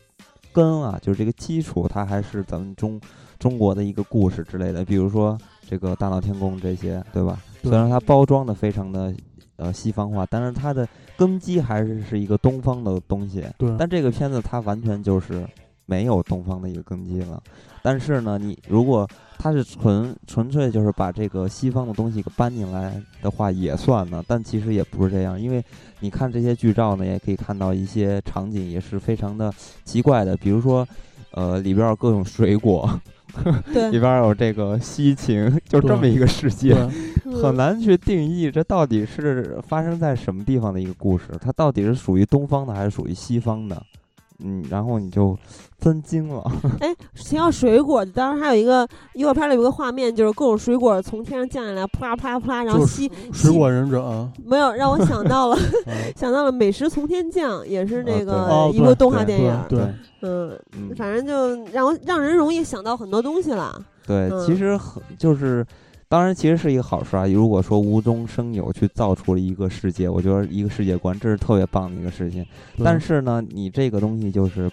Speaker 1: 根啊，就是这个基础，它还是咱们中中国的一个故事之类的，比如说这个大闹天宫这些，对吧？
Speaker 3: 对
Speaker 1: 虽然它包装的非常的呃西方化，但是它的根基还是是一个东方的东西。
Speaker 3: 对，
Speaker 1: 但这个片子它完全就是没有东方的一个根基了。但是呢，你如果它是纯纯粹就是把这个西方的东西给搬进来的话，也算呢。但其实也不是这样，因为你看这些剧照呢，也可以看到一些场景也是非常的奇怪的，比如说，呃，里边儿有各种水果， 里
Speaker 2: 对，
Speaker 1: 边儿有这个西芹，就这
Speaker 3: 对
Speaker 1: 么一个世界。
Speaker 3: 对
Speaker 1: 很
Speaker 2: 嗯
Speaker 1: 难去定义这到底是发生在什么地方的一个故事，它到底是属于东方的还是属于西方的？嗯，然后你就分金了。
Speaker 2: 哎，提到水果，当时还有一个预告片里有一个画面，就是各种水果从天上降下来，啪啪啪，然后
Speaker 3: 就是
Speaker 2: 吸
Speaker 3: 水果忍者啊，
Speaker 2: 没有让我想到了
Speaker 3: 嗯
Speaker 2: 想到了《美食从天降》，也是那个、
Speaker 3: 哦
Speaker 2: 一部动画电影儿。
Speaker 3: 对，
Speaker 2: 嗯，
Speaker 1: 啊嗯，
Speaker 2: 反正就让我让人容易想到很多东 西了。
Speaker 1: 对，
Speaker 2: 嗯
Speaker 1: 其实很就是，当然其实是一个好事啊。如果说无中生有去造出了一个世界，我觉得一个世界观这是特别棒的一个事情。但
Speaker 3: 是
Speaker 1: 是呢，你这个东西就是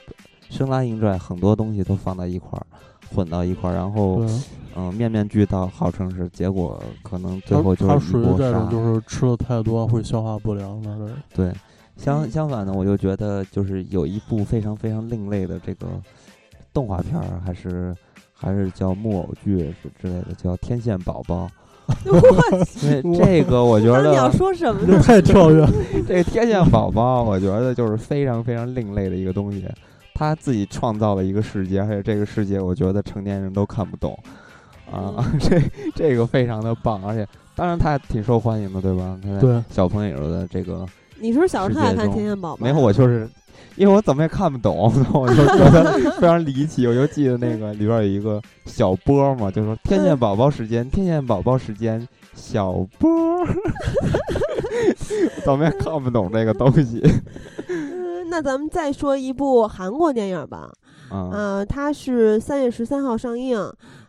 Speaker 1: 生拉硬拽，很多东西都放到一块儿，混到一块儿，然后
Speaker 3: 对，
Speaker 1: 嗯、面面俱到，号称是，结果可能最
Speaker 3: 他
Speaker 1: 后就
Speaker 3: 他
Speaker 1: 是一
Speaker 3: 属于
Speaker 1: 波
Speaker 3: 这
Speaker 1: 杀
Speaker 3: 种。就是吃的太多会消化不良的人。
Speaker 1: 对，相
Speaker 2: 嗯
Speaker 1: 相反呢，我就觉得就是有一部非常非常另类的这个动画片儿，还是还是叫木偶剧之之类的，叫《天线宝宝
Speaker 2: 我》，
Speaker 1: 因为这个我觉
Speaker 2: 当时你要
Speaker 1: 得
Speaker 2: 说什么
Speaker 3: 这
Speaker 2: 呢？
Speaker 3: 太跳跃，
Speaker 1: 这个天线宝宝，我觉得就是非常非常另类的一个东西。他自己创造了一个世界，而且这个世界我觉得成年人都看不懂啊， 这这个非常的棒，而且当然他挺受欢迎的，对吧？他在
Speaker 3: 对
Speaker 1: 小朋友的这个
Speaker 2: 你是不是小时候特
Speaker 1: 世
Speaker 2: 爱
Speaker 1: 界
Speaker 2: 看《
Speaker 1: 中
Speaker 2: 天线宝宝》？啊
Speaker 1: 没有，我就是因为我怎么也看不懂， 我就觉得非常离奇。我就记得那个里边有一个小波嘛，就说“天线宝宝时间，天线宝宝时间，小波儿”， 怎么也看不懂这个东西。
Speaker 2: 嗯，那咱们再说一部韩国电影吧。
Speaker 1: 嗯
Speaker 2: 啊、它是三月十三号上映，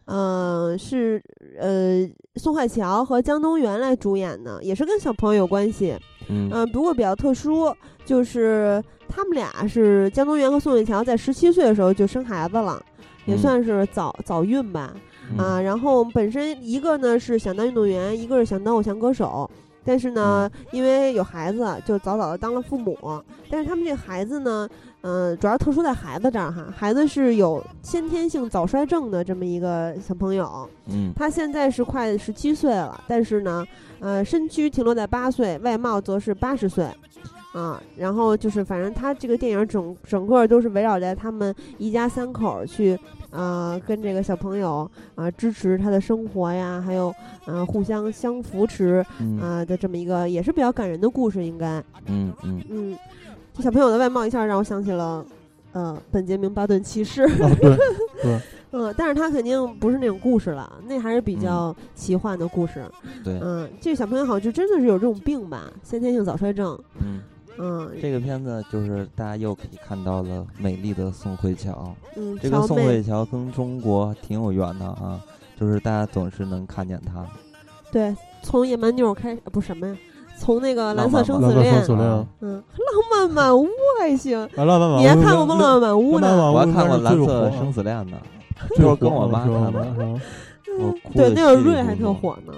Speaker 2: 嗯，是呃宋慧乔和江东元来主演的，也是跟小朋友有关系。
Speaker 1: 嗯
Speaker 2: 嗯，不过比较特殊，就是他们俩是江东元和宋慧乔在十七岁的时候就生孩子了，也
Speaker 1: 嗯
Speaker 2: 算是早、早孕吧。啊，然后然后本身一个呢是想当运动员，一个是想当偶像歌手，但是呢，因为有孩子，就早早的当了父母。但是他们这个孩子呢，嗯、主要特殊在孩子这儿哈，孩子是有先天性早衰症的这么一个小朋友，
Speaker 1: 嗯
Speaker 2: 他现在是快十七岁了，但是呢，呃，身躯停留在八岁，外貌则是八十岁。啊，然后就是，反正他这个电影整整个都是围绕在他们一家三口儿去，呃，跟这个小朋友啊、支持他的生活呀，还有呃互相相扶持
Speaker 1: 嗯
Speaker 2: 啊、的这么一个也是比较感人的故事，应该，
Speaker 1: 嗯嗯，
Speaker 2: 嗯，这小朋友的外貌一下让我想起了，呃，本杰明巴顿骑士，
Speaker 3: 啊， 对，
Speaker 2: 嗯，但是他肯定不是那种故事了，那还是比较奇幻的故事。
Speaker 1: 嗯对，
Speaker 2: 嗯，这个小朋友好像就真的是有这种病吧，先天性早衰症。
Speaker 1: 嗯，
Speaker 2: 嗯
Speaker 1: 这个片子就是大家又可以看到了美丽的宋慧乔。
Speaker 2: 嗯，
Speaker 1: 这个
Speaker 2: 乔
Speaker 1: 宋
Speaker 2: 妹
Speaker 1: 慧乔跟中国挺有缘的啊，就是大家总是能看见她。
Speaker 3: 啊
Speaker 2: 对，从野蛮妞开始，呃不是什么呀，从那个蓝色生
Speaker 3: 那
Speaker 2: 死
Speaker 3: 个
Speaker 2: 恋
Speaker 3: 生，死恋，
Speaker 2: 嗯，浪漫满屋还行，
Speaker 3: 啊，浪漫满屋
Speaker 2: 你还看过吗？
Speaker 3: 应该
Speaker 2: 浪漫满屋
Speaker 3: 浪
Speaker 2: 呢？
Speaker 3: 漫满
Speaker 1: 我还
Speaker 3: 屋
Speaker 1: 看过《
Speaker 3: 应该
Speaker 1: 蓝
Speaker 3: 是最
Speaker 1: 色
Speaker 3: 火 啊
Speaker 1: 生死恋》的，
Speaker 3: 最
Speaker 1: 就是
Speaker 3: 火
Speaker 1: 跟我
Speaker 3: 的
Speaker 1: 妈
Speaker 3: 时候嗯
Speaker 1: 看的
Speaker 3: 是吧
Speaker 1: 我
Speaker 2: 嗯
Speaker 1: 哭
Speaker 2: 对，
Speaker 1: 得
Speaker 2: 那会儿
Speaker 1: 稀里
Speaker 2: 瑞还
Speaker 1: 糊
Speaker 2: 特
Speaker 1: 涂
Speaker 2: 火呢。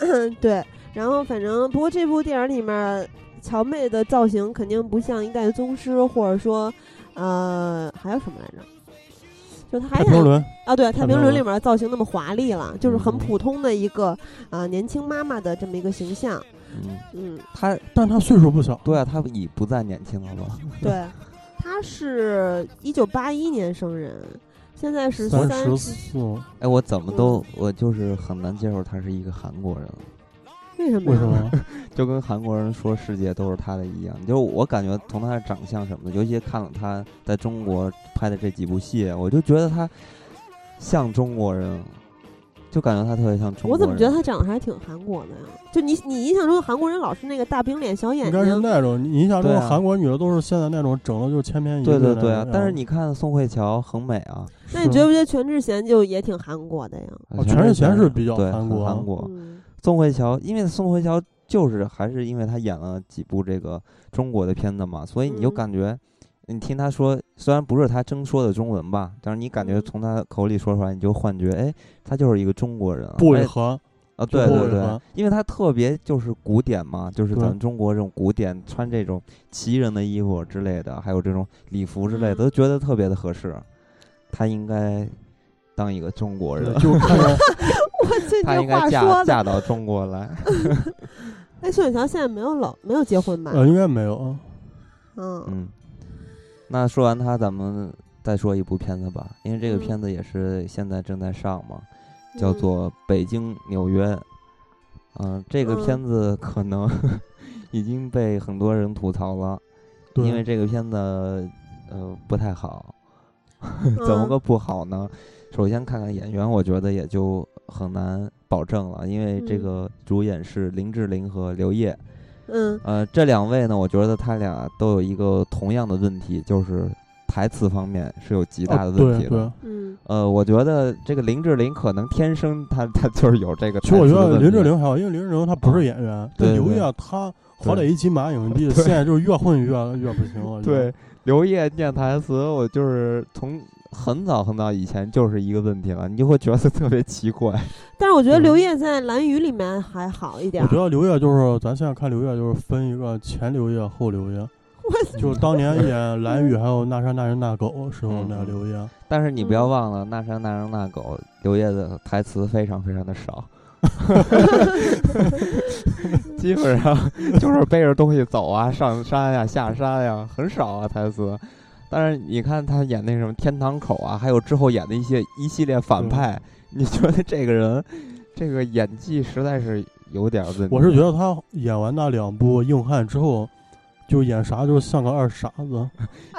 Speaker 1: 嗯，
Speaker 2: 对，然后反正不过这部电影里面，乔妹的造型肯定不像一代宗师，或者说，呃，还有什么来着？就她还
Speaker 3: 太平
Speaker 2: 演
Speaker 3: 轮，
Speaker 2: 啊，对，《太
Speaker 3: 太
Speaker 2: 平
Speaker 3: 平
Speaker 2: 轮》
Speaker 3: 轮
Speaker 2: 里面的造型那么华丽了，就是很
Speaker 1: 嗯
Speaker 2: 普通的一个啊、呃年轻妈妈的这么一个形象。
Speaker 1: 嗯，
Speaker 2: 嗯，
Speaker 1: 她
Speaker 3: 但他岁数不小，
Speaker 1: 对啊，她已不再年轻了吧？
Speaker 2: 对，她是一九八一年生人，现在是
Speaker 3: 三
Speaker 2: 十
Speaker 3: 十，四，
Speaker 1: 哎，我怎么都我就是很难接受她是一个韩国人，
Speaker 2: 为什么？
Speaker 3: 为什？么？
Speaker 2: 嗯
Speaker 1: 就跟韩国人说世界都是她的一样。就是我感觉从她的长相什么的，尤其看了她在中国拍的这几部戏，我就觉得她像中国人，就感觉她特别像中国人。
Speaker 2: 我怎么觉得她长得还挺韩国的呀？就你你印象中的韩国人老是那个大冰脸、小眼
Speaker 3: 应该是
Speaker 2: 睛，
Speaker 3: 那种，你印象中
Speaker 1: 对啊
Speaker 3: 韩国女的都是现在那种整的就是千篇一律
Speaker 1: 对
Speaker 3: 的
Speaker 1: 对
Speaker 3: 那种。
Speaker 1: 对啊！但是
Speaker 3: 嗯
Speaker 1: 你看宋慧乔很美啊，
Speaker 2: 那你觉不觉得全智贤就也挺韩国的呀？
Speaker 3: 啊全智贤是比较
Speaker 1: 对
Speaker 3: 韩
Speaker 1: 很
Speaker 3: 国啊
Speaker 1: 韩国。
Speaker 2: 嗯，
Speaker 1: 宋慧乔，因为宋慧乔就是还是因为她演了几部这个中国的片子嘛，所以你就
Speaker 2: 嗯
Speaker 1: 感觉，你听她说，虽然不是她真说的中文吧，但是你感觉
Speaker 2: 嗯
Speaker 1: 从她口里说出来，你就幻觉，哎，她就是一个中国人啊。
Speaker 3: 不违
Speaker 1: 哎
Speaker 3: 和，
Speaker 1: 啊，对
Speaker 3: 不
Speaker 1: 对
Speaker 3: 违
Speaker 1: 对
Speaker 3: 和，
Speaker 1: 因为她特别就是古典嘛，就是
Speaker 3: 对
Speaker 1: 咱们中国这种古典，穿这种旗人的衣服之类的，还有这种礼服之类的，
Speaker 2: 嗯
Speaker 1: 都觉得特别的合适。她应该当一个中国人
Speaker 3: 对，就 看着
Speaker 2: 我这
Speaker 1: 她
Speaker 2: 这
Speaker 1: 应该
Speaker 2: 话
Speaker 1: 嫁
Speaker 2: 说的。
Speaker 1: 嫁到中国来。
Speaker 2: 哎，宋雪乔现在没有老没有结婚吧？
Speaker 3: 呃，应该没有啊。
Speaker 2: 嗯
Speaker 1: 嗯，那说完他，咱们再说一部片子吧，因为这个片子也是现在正在上嘛，叫
Speaker 2: 嗯
Speaker 1: 做《北京纽约》。嗯、这个
Speaker 2: 嗯
Speaker 1: 片子可能 已经被很多人吐槽了，
Speaker 3: 对，啊
Speaker 1: 因为这个片子呃不太好。 怎么
Speaker 2: 嗯
Speaker 1: 个不好呢？首先看看演员，我觉得也就很难保证了，因为这
Speaker 2: 嗯
Speaker 1: 个主演是林志玲和刘烨。
Speaker 2: 嗯
Speaker 1: 呃，这两位呢，我觉得他俩都有一个同样的问题，就是台词方面是有极大
Speaker 3: 啊
Speaker 1: 的问
Speaker 3: 对
Speaker 1: 题的。
Speaker 3: 对，
Speaker 2: 嗯，
Speaker 1: 呃，我觉得这个林志玲可能天生 她她就是有这个
Speaker 3: 其
Speaker 1: 台
Speaker 3: 实
Speaker 1: 词
Speaker 3: 我觉
Speaker 1: 的
Speaker 3: 得
Speaker 1: 问
Speaker 3: 林志
Speaker 1: 题嗯
Speaker 3: 玲还好，因为林志玲她不是演员，
Speaker 1: 对对
Speaker 3: 刘
Speaker 1: 对
Speaker 3: 烨她好歹
Speaker 1: 对
Speaker 3: 一金马影帝，现在就是越混越越不行了。
Speaker 1: 对，刘烨念台词，我就是从很早很早以前就是一个问题了，你就会觉得特别奇怪。
Speaker 2: 但是我觉得
Speaker 3: 嗯
Speaker 2: 刘烨在《蓝宇》里面还好一点
Speaker 3: 我
Speaker 2: 儿
Speaker 3: 觉。得刘烨就是咱现在看刘烨就是分一个前刘烨后 刘烨，
Speaker 2: 我
Speaker 3: 就是当年演《蓝宇》还有《那山那人那狗》时候
Speaker 1: 嗯
Speaker 3: 那个
Speaker 1: 嗯
Speaker 3: 刘烨，
Speaker 1: 但是你不要
Speaker 2: 嗯
Speaker 1: 忘了，那山那人那狗，刘烨的台词非常非常的少。基本上就是背着东西走啊，上山呀、下山呀，很少啊台词。但是你看他演那什么天堂口啊，还有之后演的一些一系列反派，你觉得这个人这个演技实在是有点儿问题。
Speaker 3: 我是觉得他演完那两部硬汉之后，就演啥就是像个二傻子，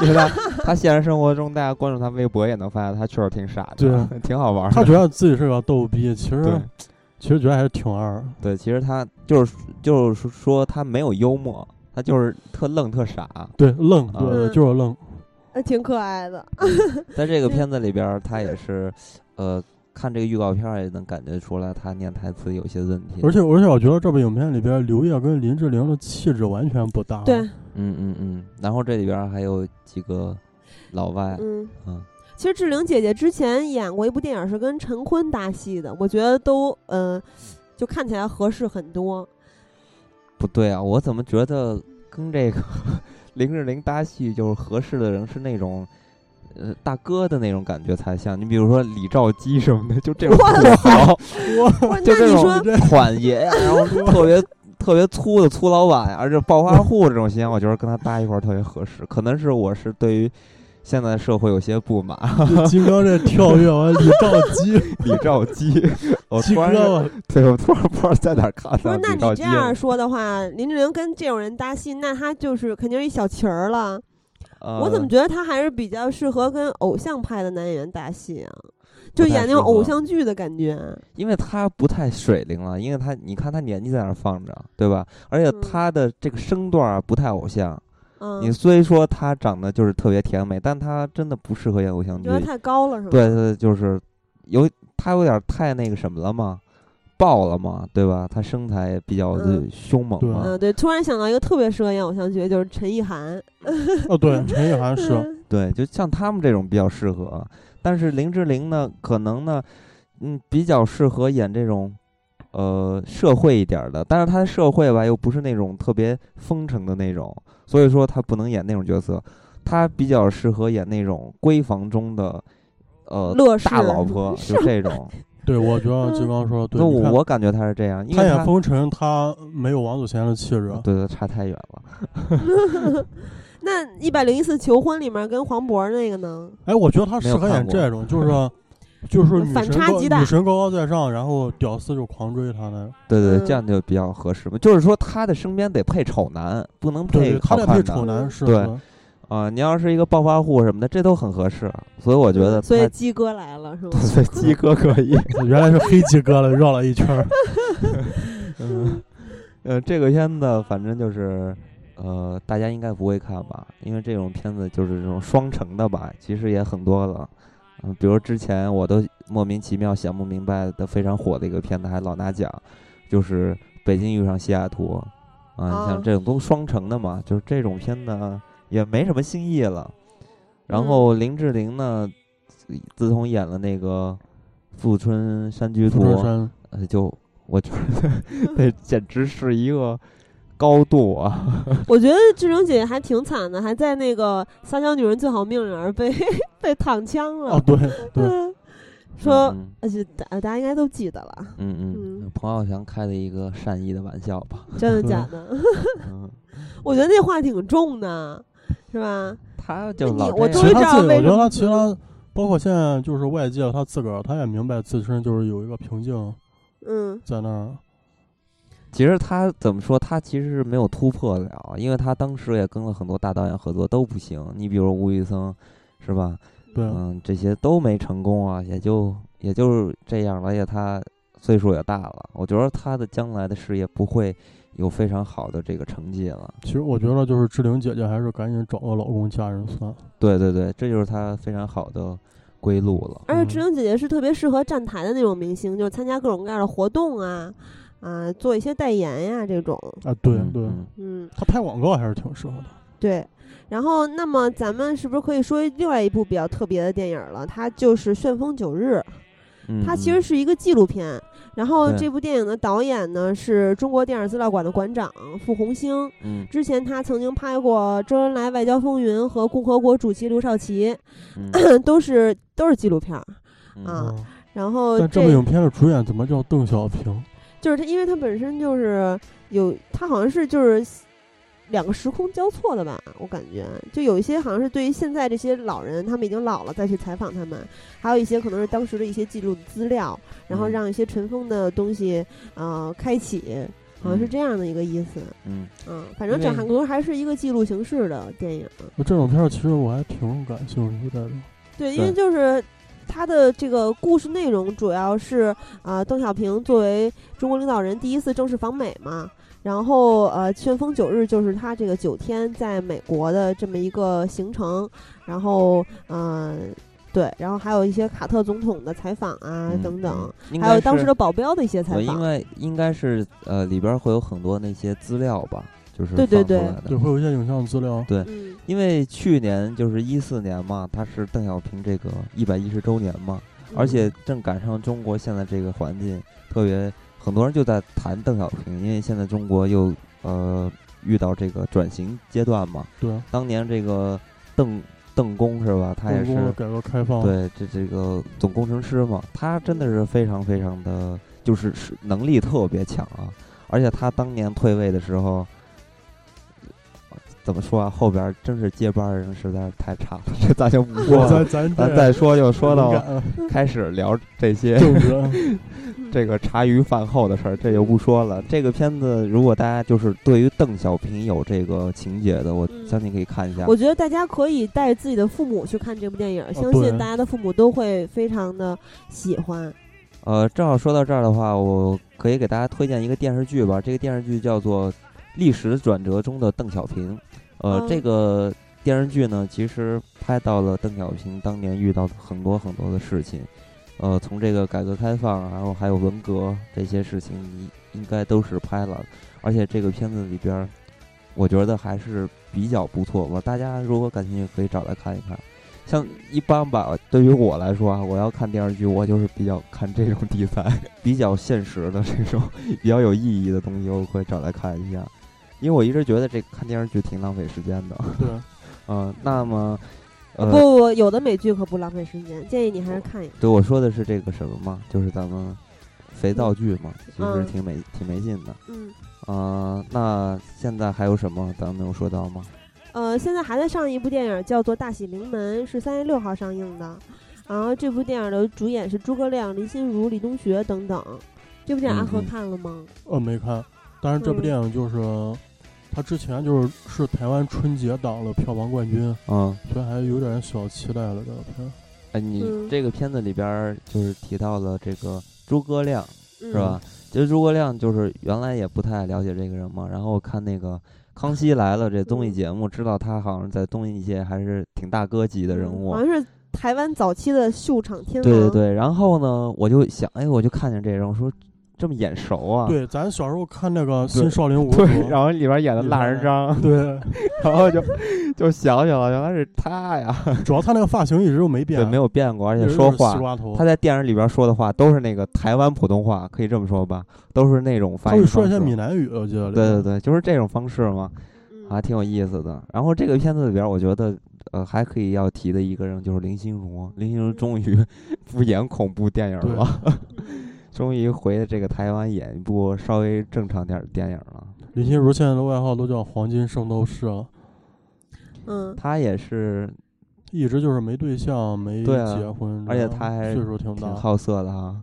Speaker 1: 因为他他现实生活中，大家关注他微博也能发现他确实挺傻的，
Speaker 3: 对啊
Speaker 1: 挺好玩儿的。
Speaker 3: 他觉得自己是个逗逼，其
Speaker 1: 对
Speaker 3: 实其实觉得还是挺二的。
Speaker 1: 对，其实他就是就是说他没有幽默，他就是特愣特傻。
Speaker 3: 对，愣，
Speaker 1: 啊
Speaker 3: 对对，
Speaker 2: 嗯
Speaker 3: 就是愣。
Speaker 2: 呃挺可爱的。
Speaker 1: 哦在这个片子里边儿，他也是，呃，看这个预告片儿也能感觉出来，他念台词有些问题。
Speaker 3: 而且而且，我觉得这部影片里边，刘烨跟林志玲的气质完全不搭。
Speaker 2: 对，
Speaker 1: 嗯嗯嗯，然后这里边儿还有几个老外，
Speaker 2: 嗯，
Speaker 1: 嗯，
Speaker 2: 其实志玲姐姐之前演过一部电影是跟陈坤搭戏的，我觉得都呃，就看起来合适很 多。
Speaker 1: 不对啊，我怎么觉得跟这个 林志玲搭戏就是合适的人是那种。呃，大哥的那种感觉才像你，比如说李兆基什么的，就这种
Speaker 2: 我
Speaker 1: 土豪，
Speaker 2: 不 是，
Speaker 1: 就
Speaker 2: 那
Speaker 1: 这
Speaker 2: 你
Speaker 1: 种
Speaker 2: 说，
Speaker 1: 款爷呀，然 后特别特别粗的粗老板呀，而且暴发户这种形象，我觉得跟他搭一块儿特别合适。可能是我是对于现在社会有些不满，啊
Speaker 3: 就金刚这跳跃完，李兆基，
Speaker 1: 李兆 基， 我
Speaker 3: 鸡
Speaker 1: 突然
Speaker 3: 哥吧，
Speaker 1: 对我突然不知道在哪儿看
Speaker 2: 不
Speaker 1: 到
Speaker 2: 是，那
Speaker 1: 李兆
Speaker 2: 你
Speaker 1: 基
Speaker 2: 这
Speaker 1: 了
Speaker 2: 样说的话，林志玲跟这种人搭戏，那她就是肯定是一小旗儿了。
Speaker 1: 呃
Speaker 2: 我怎么觉得她还是比较适合跟偶像派的男演员搭戏啊，就
Speaker 1: 不太
Speaker 2: 演那
Speaker 1: 适
Speaker 2: 种
Speaker 1: 合
Speaker 2: 偶像剧的感觉。
Speaker 1: 因为他不太水灵了，因为他你看他年纪在那儿放着，对吧？而且
Speaker 2: 嗯
Speaker 1: 他的这个声段儿啊不太偶像。
Speaker 2: 嗯，
Speaker 1: 你虽说他长得就是特别甜美，但他真的不适合演偶像
Speaker 2: 你
Speaker 1: 剧
Speaker 2: 觉。得太高了是吗？
Speaker 1: 对，对，就是有他有点太那个什么了嘛，爆了嘛，对吧？他身材也比较的
Speaker 2: 嗯
Speaker 1: 凶猛
Speaker 3: 对
Speaker 1: 嘛，
Speaker 2: 嗯，对，突然想到一个特别适合演偶像剧，就是陈意涵。
Speaker 3: 哦，对，陈意
Speaker 1: 啊
Speaker 3: 涵是，
Speaker 2: 嗯
Speaker 1: 对，就像他们这种比较适合。但是林志玲呢，可能呢，嗯，比较适合演这种，呃，社会一点儿的。但是她的社会吧，又不是那种特别风尘的那种，所以说她不能演那种角色。她比较适合演那种闺房中的，呃，
Speaker 2: 乐视
Speaker 1: 大老婆，就这种。
Speaker 3: 对，我觉得金刚 说的对。
Speaker 1: 那
Speaker 3: 你
Speaker 1: 我
Speaker 3: 看
Speaker 1: 我感觉她是这样，因
Speaker 3: 他
Speaker 1: 为
Speaker 3: 演
Speaker 1: 她
Speaker 3: 风尘，他没有王祖贤的气质。
Speaker 1: 对对差太远了。
Speaker 2: 那一百零一次求婚里面跟黄渤那个呢？
Speaker 3: 哎，我觉得他
Speaker 1: 没
Speaker 3: 适
Speaker 1: 有
Speaker 3: 合
Speaker 1: 看
Speaker 3: 演
Speaker 1: 过嗯
Speaker 3: 这种，就是就是女
Speaker 2: 反
Speaker 3: 神
Speaker 2: 差
Speaker 3: 高
Speaker 2: 极大
Speaker 3: 女神高高在上，然后屌丝就狂追她那种。
Speaker 1: 对对，对
Speaker 2: 嗯
Speaker 1: 这样就比较合适嘛。就是说，她的身边得配丑男，不能
Speaker 3: 对
Speaker 1: 配
Speaker 3: 对，他
Speaker 1: 好
Speaker 3: 得
Speaker 1: 看
Speaker 3: 配
Speaker 1: 的。嗯
Speaker 3: 丑男是。
Speaker 1: 对
Speaker 3: 是
Speaker 1: 啊、你要是一个暴发户什么的，这都很合适，所以我觉得他，
Speaker 2: 嗯所以鸡哥来了是吗？
Speaker 1: 所以 鸡哥可以。
Speaker 3: 原来是黑鸡哥了，绕了一圈 儿。
Speaker 1: 嗯，呃，这个片子反正就是，呃，大家应该不会看吧，因为这种片子就是这种双城的吧，其实也很多了。嗯、比如之前我都莫名其妙想不明白的非常火的一个片子，还老拿奖，就是《北京遇上西雅图》啊，你
Speaker 2: 哦
Speaker 1: 像这种都双城的嘛，就是这种片子也没什么新意了。然
Speaker 2: 嗯
Speaker 1: 后林志玲呢，自自从演了那个《富春山居图
Speaker 3: 富》，春山，
Speaker 1: 呃，就我觉得 那简直是一个高度啊！
Speaker 2: 我觉得志玲姐姐还挺惨的，还在那个《撒娇女人最好命》里面被 被躺枪了。
Speaker 3: 哦，对对，
Speaker 2: 嗯说，
Speaker 1: 嗯
Speaker 2: 而且大呃大家应该都记得了，
Speaker 1: 嗯嗯，彭浩翔开的一个善意的玩笑 吧，
Speaker 2: 真的假的？
Speaker 1: 嗯，
Speaker 2: 我觉得那话挺重的，是吧？
Speaker 1: 他就
Speaker 2: 那你
Speaker 1: 老
Speaker 2: 我
Speaker 1: 这
Speaker 2: 终
Speaker 3: 其
Speaker 2: 于
Speaker 3: 实
Speaker 1: 样
Speaker 2: 知道
Speaker 3: 他自己，
Speaker 2: 为
Speaker 3: 我觉
Speaker 2: 什
Speaker 3: 得
Speaker 2: 么
Speaker 3: 他其实他包括现在就是外界他自个儿，他也明白自身就是有一个瓶颈
Speaker 2: 嗯，
Speaker 3: 在那儿。
Speaker 1: 其实他怎么说，他其实是没有突破了，啊因为他当时也跟了很多大导演合作都不行，你比如吴宇森，是吧？
Speaker 3: 对，
Speaker 1: 嗯，这些都没成功啊，也就也就是这样了，而且他岁数也大了，我觉得他的将来的事业不会有非常好的这个成绩了。
Speaker 3: 其实我觉得就是志玲姐姐还是赶紧找个老公嫁人算了。
Speaker 1: 对对对，这就是他非常好的归路了。
Speaker 2: 而且
Speaker 3: 嗯
Speaker 2: 志玲姐姐是特别适合站台的那种明星，就是参加各种各样的活动啊，啊，做一些代言呀、这种，
Speaker 3: 啊，对
Speaker 1: 嗯
Speaker 3: 对，
Speaker 1: 嗯
Speaker 2: 嗯，
Speaker 3: 他拍广告还是挺适合的。
Speaker 2: 对。然后，那么咱们是不是可以说另外一部比较特别的电影了？它就是《旋风九日》。
Speaker 1: 嗯，
Speaker 2: 它其实是一个纪录片。然后
Speaker 1: 对
Speaker 2: 这部电影的导演呢是中国电影资料馆的馆长傅红星，
Speaker 1: 嗯，
Speaker 2: 之前他曾经拍过《周恩来外交风云》和《共和国主席刘少奇
Speaker 1: 嗯》
Speaker 2: 都是都是纪录片儿。
Speaker 1: 嗯
Speaker 2: 啊
Speaker 3: 嗯
Speaker 2: 然后
Speaker 3: 但这部影片的主演怎么叫邓小平？
Speaker 2: 就是他，因为他本身就是有，他好像是就是两个时空交错的吧，我感觉就有一些好像是对于现在这些老人，他们已经老了再去采访他们，还有一些可能是当时的一些记录资料，然后
Speaker 1: 嗯
Speaker 2: 让一些尘封的东西呃开启。好像是这样的一个意思。
Speaker 1: 嗯，
Speaker 2: 嗯，反正
Speaker 1: 因
Speaker 2: 整
Speaker 1: 为
Speaker 2: 韩国还是一个记录形式的电影。啊
Speaker 3: 那这种片儿其实我还挺感兴趣的。
Speaker 2: 对，因为
Speaker 1: 对
Speaker 2: 就是他的这个故事内容主要是啊、邓小平作为中国领导人第一次正式访美嘛，然后呃，旋风九日就是他这个九天在美国的这么一个行程，然后嗯、呃对，然后还有一些卡特总统的采访啊、
Speaker 1: 嗯
Speaker 2: 等等，，
Speaker 1: 嗯
Speaker 2: 还有当时的保镖的一些采
Speaker 1: 对，因
Speaker 2: 访。
Speaker 1: 为应该是呃里边儿会有很多那些资料吧，就是
Speaker 2: 对对
Speaker 1: 放出
Speaker 2: 对
Speaker 1: 来的
Speaker 3: 对，会有一些影像资料。
Speaker 2: 嗯，
Speaker 1: 因为去年就是一四年嘛，它是邓小平这个一百一十周年嘛，而
Speaker 2: 嗯
Speaker 1: 且正赶上中国现在这个环境特别，很多人就在谈邓小平，因为现在中国又呃遇到这个转型阶段嘛。
Speaker 3: 对，
Speaker 1: 当年这个邓邓公是吧？他也
Speaker 3: 故宫的
Speaker 1: 是
Speaker 3: 改革开放。
Speaker 1: 对 这这个总工程师嘛，他真的是非常非常的，就是是能力特别强啊。而且他当年退位的时候，怎么说啊？后边儿真是接班人实在是太差了，这咱就不说
Speaker 3: 哇，
Speaker 1: 了
Speaker 3: 咱。咱
Speaker 1: 咱
Speaker 3: 这
Speaker 1: 再说就说
Speaker 3: 敏
Speaker 1: 到哎
Speaker 3: 感了啊
Speaker 1: 开始聊这些
Speaker 3: 政治，
Speaker 1: 这个茶余饭后的事儿，这就不说了。这个片子如果大家就是对于邓小平有这个情节的，我
Speaker 2: 嗯
Speaker 1: 相信可以看一下
Speaker 2: 我。觉得大家可以带自己的父母去看这部电
Speaker 1: 哦
Speaker 2: 影，相
Speaker 3: 对
Speaker 1: 啊
Speaker 2: 信大家的父母都会非常的喜欢。
Speaker 1: 呃，正好说到这儿的话，我可以给大家推荐一个电视剧吧。这个电视剧叫做《历史转折中的邓小平》。呃，
Speaker 2: 嗯
Speaker 1: 这个电视剧呢，其实拍到了邓小平当年遇到的很多很多的事情。呃，从这个改革开放，然后还有文革这些事情，你应该都是拍了。而且这个片子里边儿，我觉得还是比较不错吧。大家如果感兴趣，可以找来看一看。像一般吧，对于我来说啊，我要看电视剧，我就是比较看这种题材， 比较现实的这种比较有意义的东西，我会找来看一下。因为我一直觉得这看电视剧挺浪费时间的。
Speaker 3: 对，
Speaker 1: 嗯、那么，
Speaker 2: 不
Speaker 1: 呃，
Speaker 2: 不不，有的美剧可不浪费时间，建议你还
Speaker 1: 哦
Speaker 2: 是看一看。
Speaker 1: 对我说的是这个什么嘛，就是咱们肥皂剧嘛，其实
Speaker 2: 嗯
Speaker 1: 挺没挺没劲的。
Speaker 2: 嗯，
Speaker 1: 嗯、那现在还有什么咱们没有说到吗？
Speaker 2: 呃，现在还在上一部电影叫做《大喜临门》，是三月六号上映的。然后这部电影的主演是诸葛亮、林心如、李东学等等。这部电影阿和
Speaker 1: 嗯嗯
Speaker 2: 看了吗？
Speaker 3: 呃，没看。但是这部
Speaker 2: 嗯
Speaker 3: 电影就是，它之前就是是台湾春节档的票房冠军，
Speaker 1: 嗯，
Speaker 3: 所以还有点小期待了这个片儿。
Speaker 1: 哎，你
Speaker 2: 嗯
Speaker 1: 这个片子里边儿就是提到了这个诸葛亮。
Speaker 2: 嗯、
Speaker 1: 是吧？？其实诸葛亮就是原来也不太了解这个人嘛，然后我看那个《康熙来了》这综艺
Speaker 2: 嗯
Speaker 1: 节目，知道他好像在综艺界还是挺大哥级的人物。
Speaker 2: 嗯好像是台湾早期的秀场天王。
Speaker 1: 对对对，然后呢，我就想，哎，我就看见这人，我说这么眼熟啊。
Speaker 3: 对，咱小时候看那个《
Speaker 1: 对
Speaker 3: 新少林五祖
Speaker 1: 对，》，然后里边演的
Speaker 3: 你
Speaker 1: 蜡
Speaker 3: 看
Speaker 1: 人 张，
Speaker 3: 对，
Speaker 1: 然后就就想起来了，原来是他 呀。
Speaker 3: 主要他那个发型一直都没变，
Speaker 1: 对，没有变过，而
Speaker 3: 一
Speaker 1: 且
Speaker 3: 直
Speaker 1: 说
Speaker 3: 都是
Speaker 1: 话
Speaker 3: 西，瓜头
Speaker 1: 他。在电影里边说的话都是那个台湾普通话，可以这么说吧，都是那种
Speaker 3: 他
Speaker 1: 发音
Speaker 3: 会
Speaker 1: 方式。
Speaker 3: 说一些闽南语，我记得。
Speaker 1: 对对。对，就是这种方式嘛。
Speaker 2: 嗯，
Speaker 1: 还挺有意思的。然后这个片子里边儿，我觉得呃还可以要提的一个人就是林心如，林心如
Speaker 2: 嗯
Speaker 1: 终于 不演恐怖电影
Speaker 3: 对
Speaker 1: 了， 终于回这个台湾演一部稍微正常点儿的电影了。
Speaker 3: 林心如现在的外号都叫“黄金圣斗士”，啊，
Speaker 2: 嗯，
Speaker 1: 她也是
Speaker 3: 一直就是没对象、没
Speaker 1: 对啊
Speaker 3: 结婚，
Speaker 1: 而且
Speaker 3: 然后
Speaker 1: 他还
Speaker 3: 岁数挺
Speaker 1: 挺
Speaker 3: 大
Speaker 1: 好色的哈，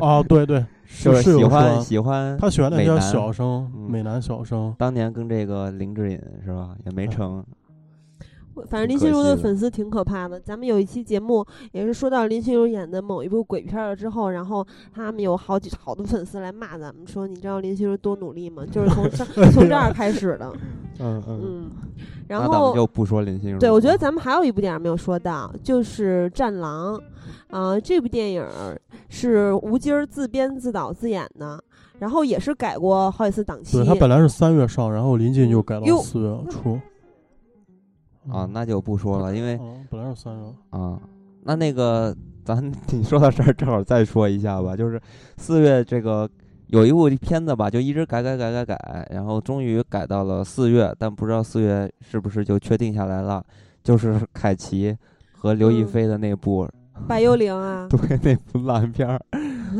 Speaker 3: 啊。对 对，
Speaker 1: 就是是
Speaker 3: 有
Speaker 1: 喜
Speaker 3: 说
Speaker 1: 欢喜欢。
Speaker 3: 他喜欢那
Speaker 1: 美
Speaker 3: 些
Speaker 1: 男
Speaker 3: 小生、
Speaker 1: 嗯
Speaker 3: 美男小生。
Speaker 1: 当年跟这个林志颖是吧，也没
Speaker 3: 嗯
Speaker 1: 成。
Speaker 2: 反正林心如的粉丝挺可怕的。咱们有一期节目也是说到林心如演的某一部鬼片儿了之后，然后他们有好几好多粉丝来骂咱们说：“你知道林心如多努力吗？”就是从 上从这儿开始的。
Speaker 1: 嗯嗯。
Speaker 2: 嗯，
Speaker 1: 那
Speaker 2: 然
Speaker 1: 咱们
Speaker 2: 后
Speaker 1: 就不说林心如了。
Speaker 2: 对我觉得咱们还有一部电影没有说到，就是《战狼》啊、这部电影儿是吴京儿自编自导自演的，然后也是改过好几次档期
Speaker 3: 对。他本来是三月上，然后临近就改到
Speaker 2: 哟
Speaker 3: 四月初。
Speaker 1: 啊，那就不说了，因为
Speaker 3: 嗯，本来是三月，
Speaker 1: 啊，那那个咱 你说到这儿，正好再说一下吧，就是四月这个有一部片子吧，就一直改改改改改，然后终于改到了四月，但不知道四月是不是就确定下来了，就是凯奇和刘亦
Speaker 2: 嗯
Speaker 1: 菲的那部、，
Speaker 2: 百幽灵 啊
Speaker 1: 对那部烂片 儿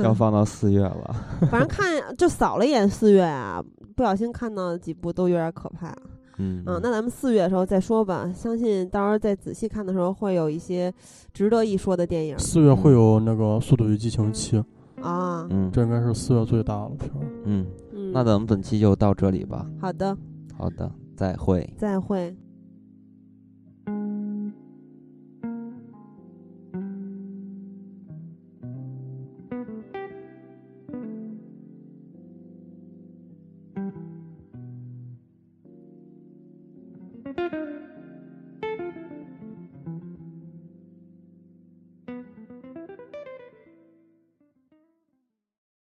Speaker 1: 要放到四月了。
Speaker 2: 反正看就扫了一眼四月啊，不小心看到几部都有点可怕。
Speaker 1: 嗯
Speaker 2: 嗯，那咱们四月的时候再说吧，相信到时候再仔细看的时候会有一些值得一说的电影
Speaker 3: 四月会有那个《速度与激情七》，
Speaker 2: 啊。
Speaker 1: 嗯
Speaker 3: 这应该是四月最大的片儿。
Speaker 1: 嗯，
Speaker 2: 嗯嗯，
Speaker 1: 那咱们本期就到这里吧。
Speaker 2: 好的，
Speaker 1: 好的，再会。
Speaker 2: 再会。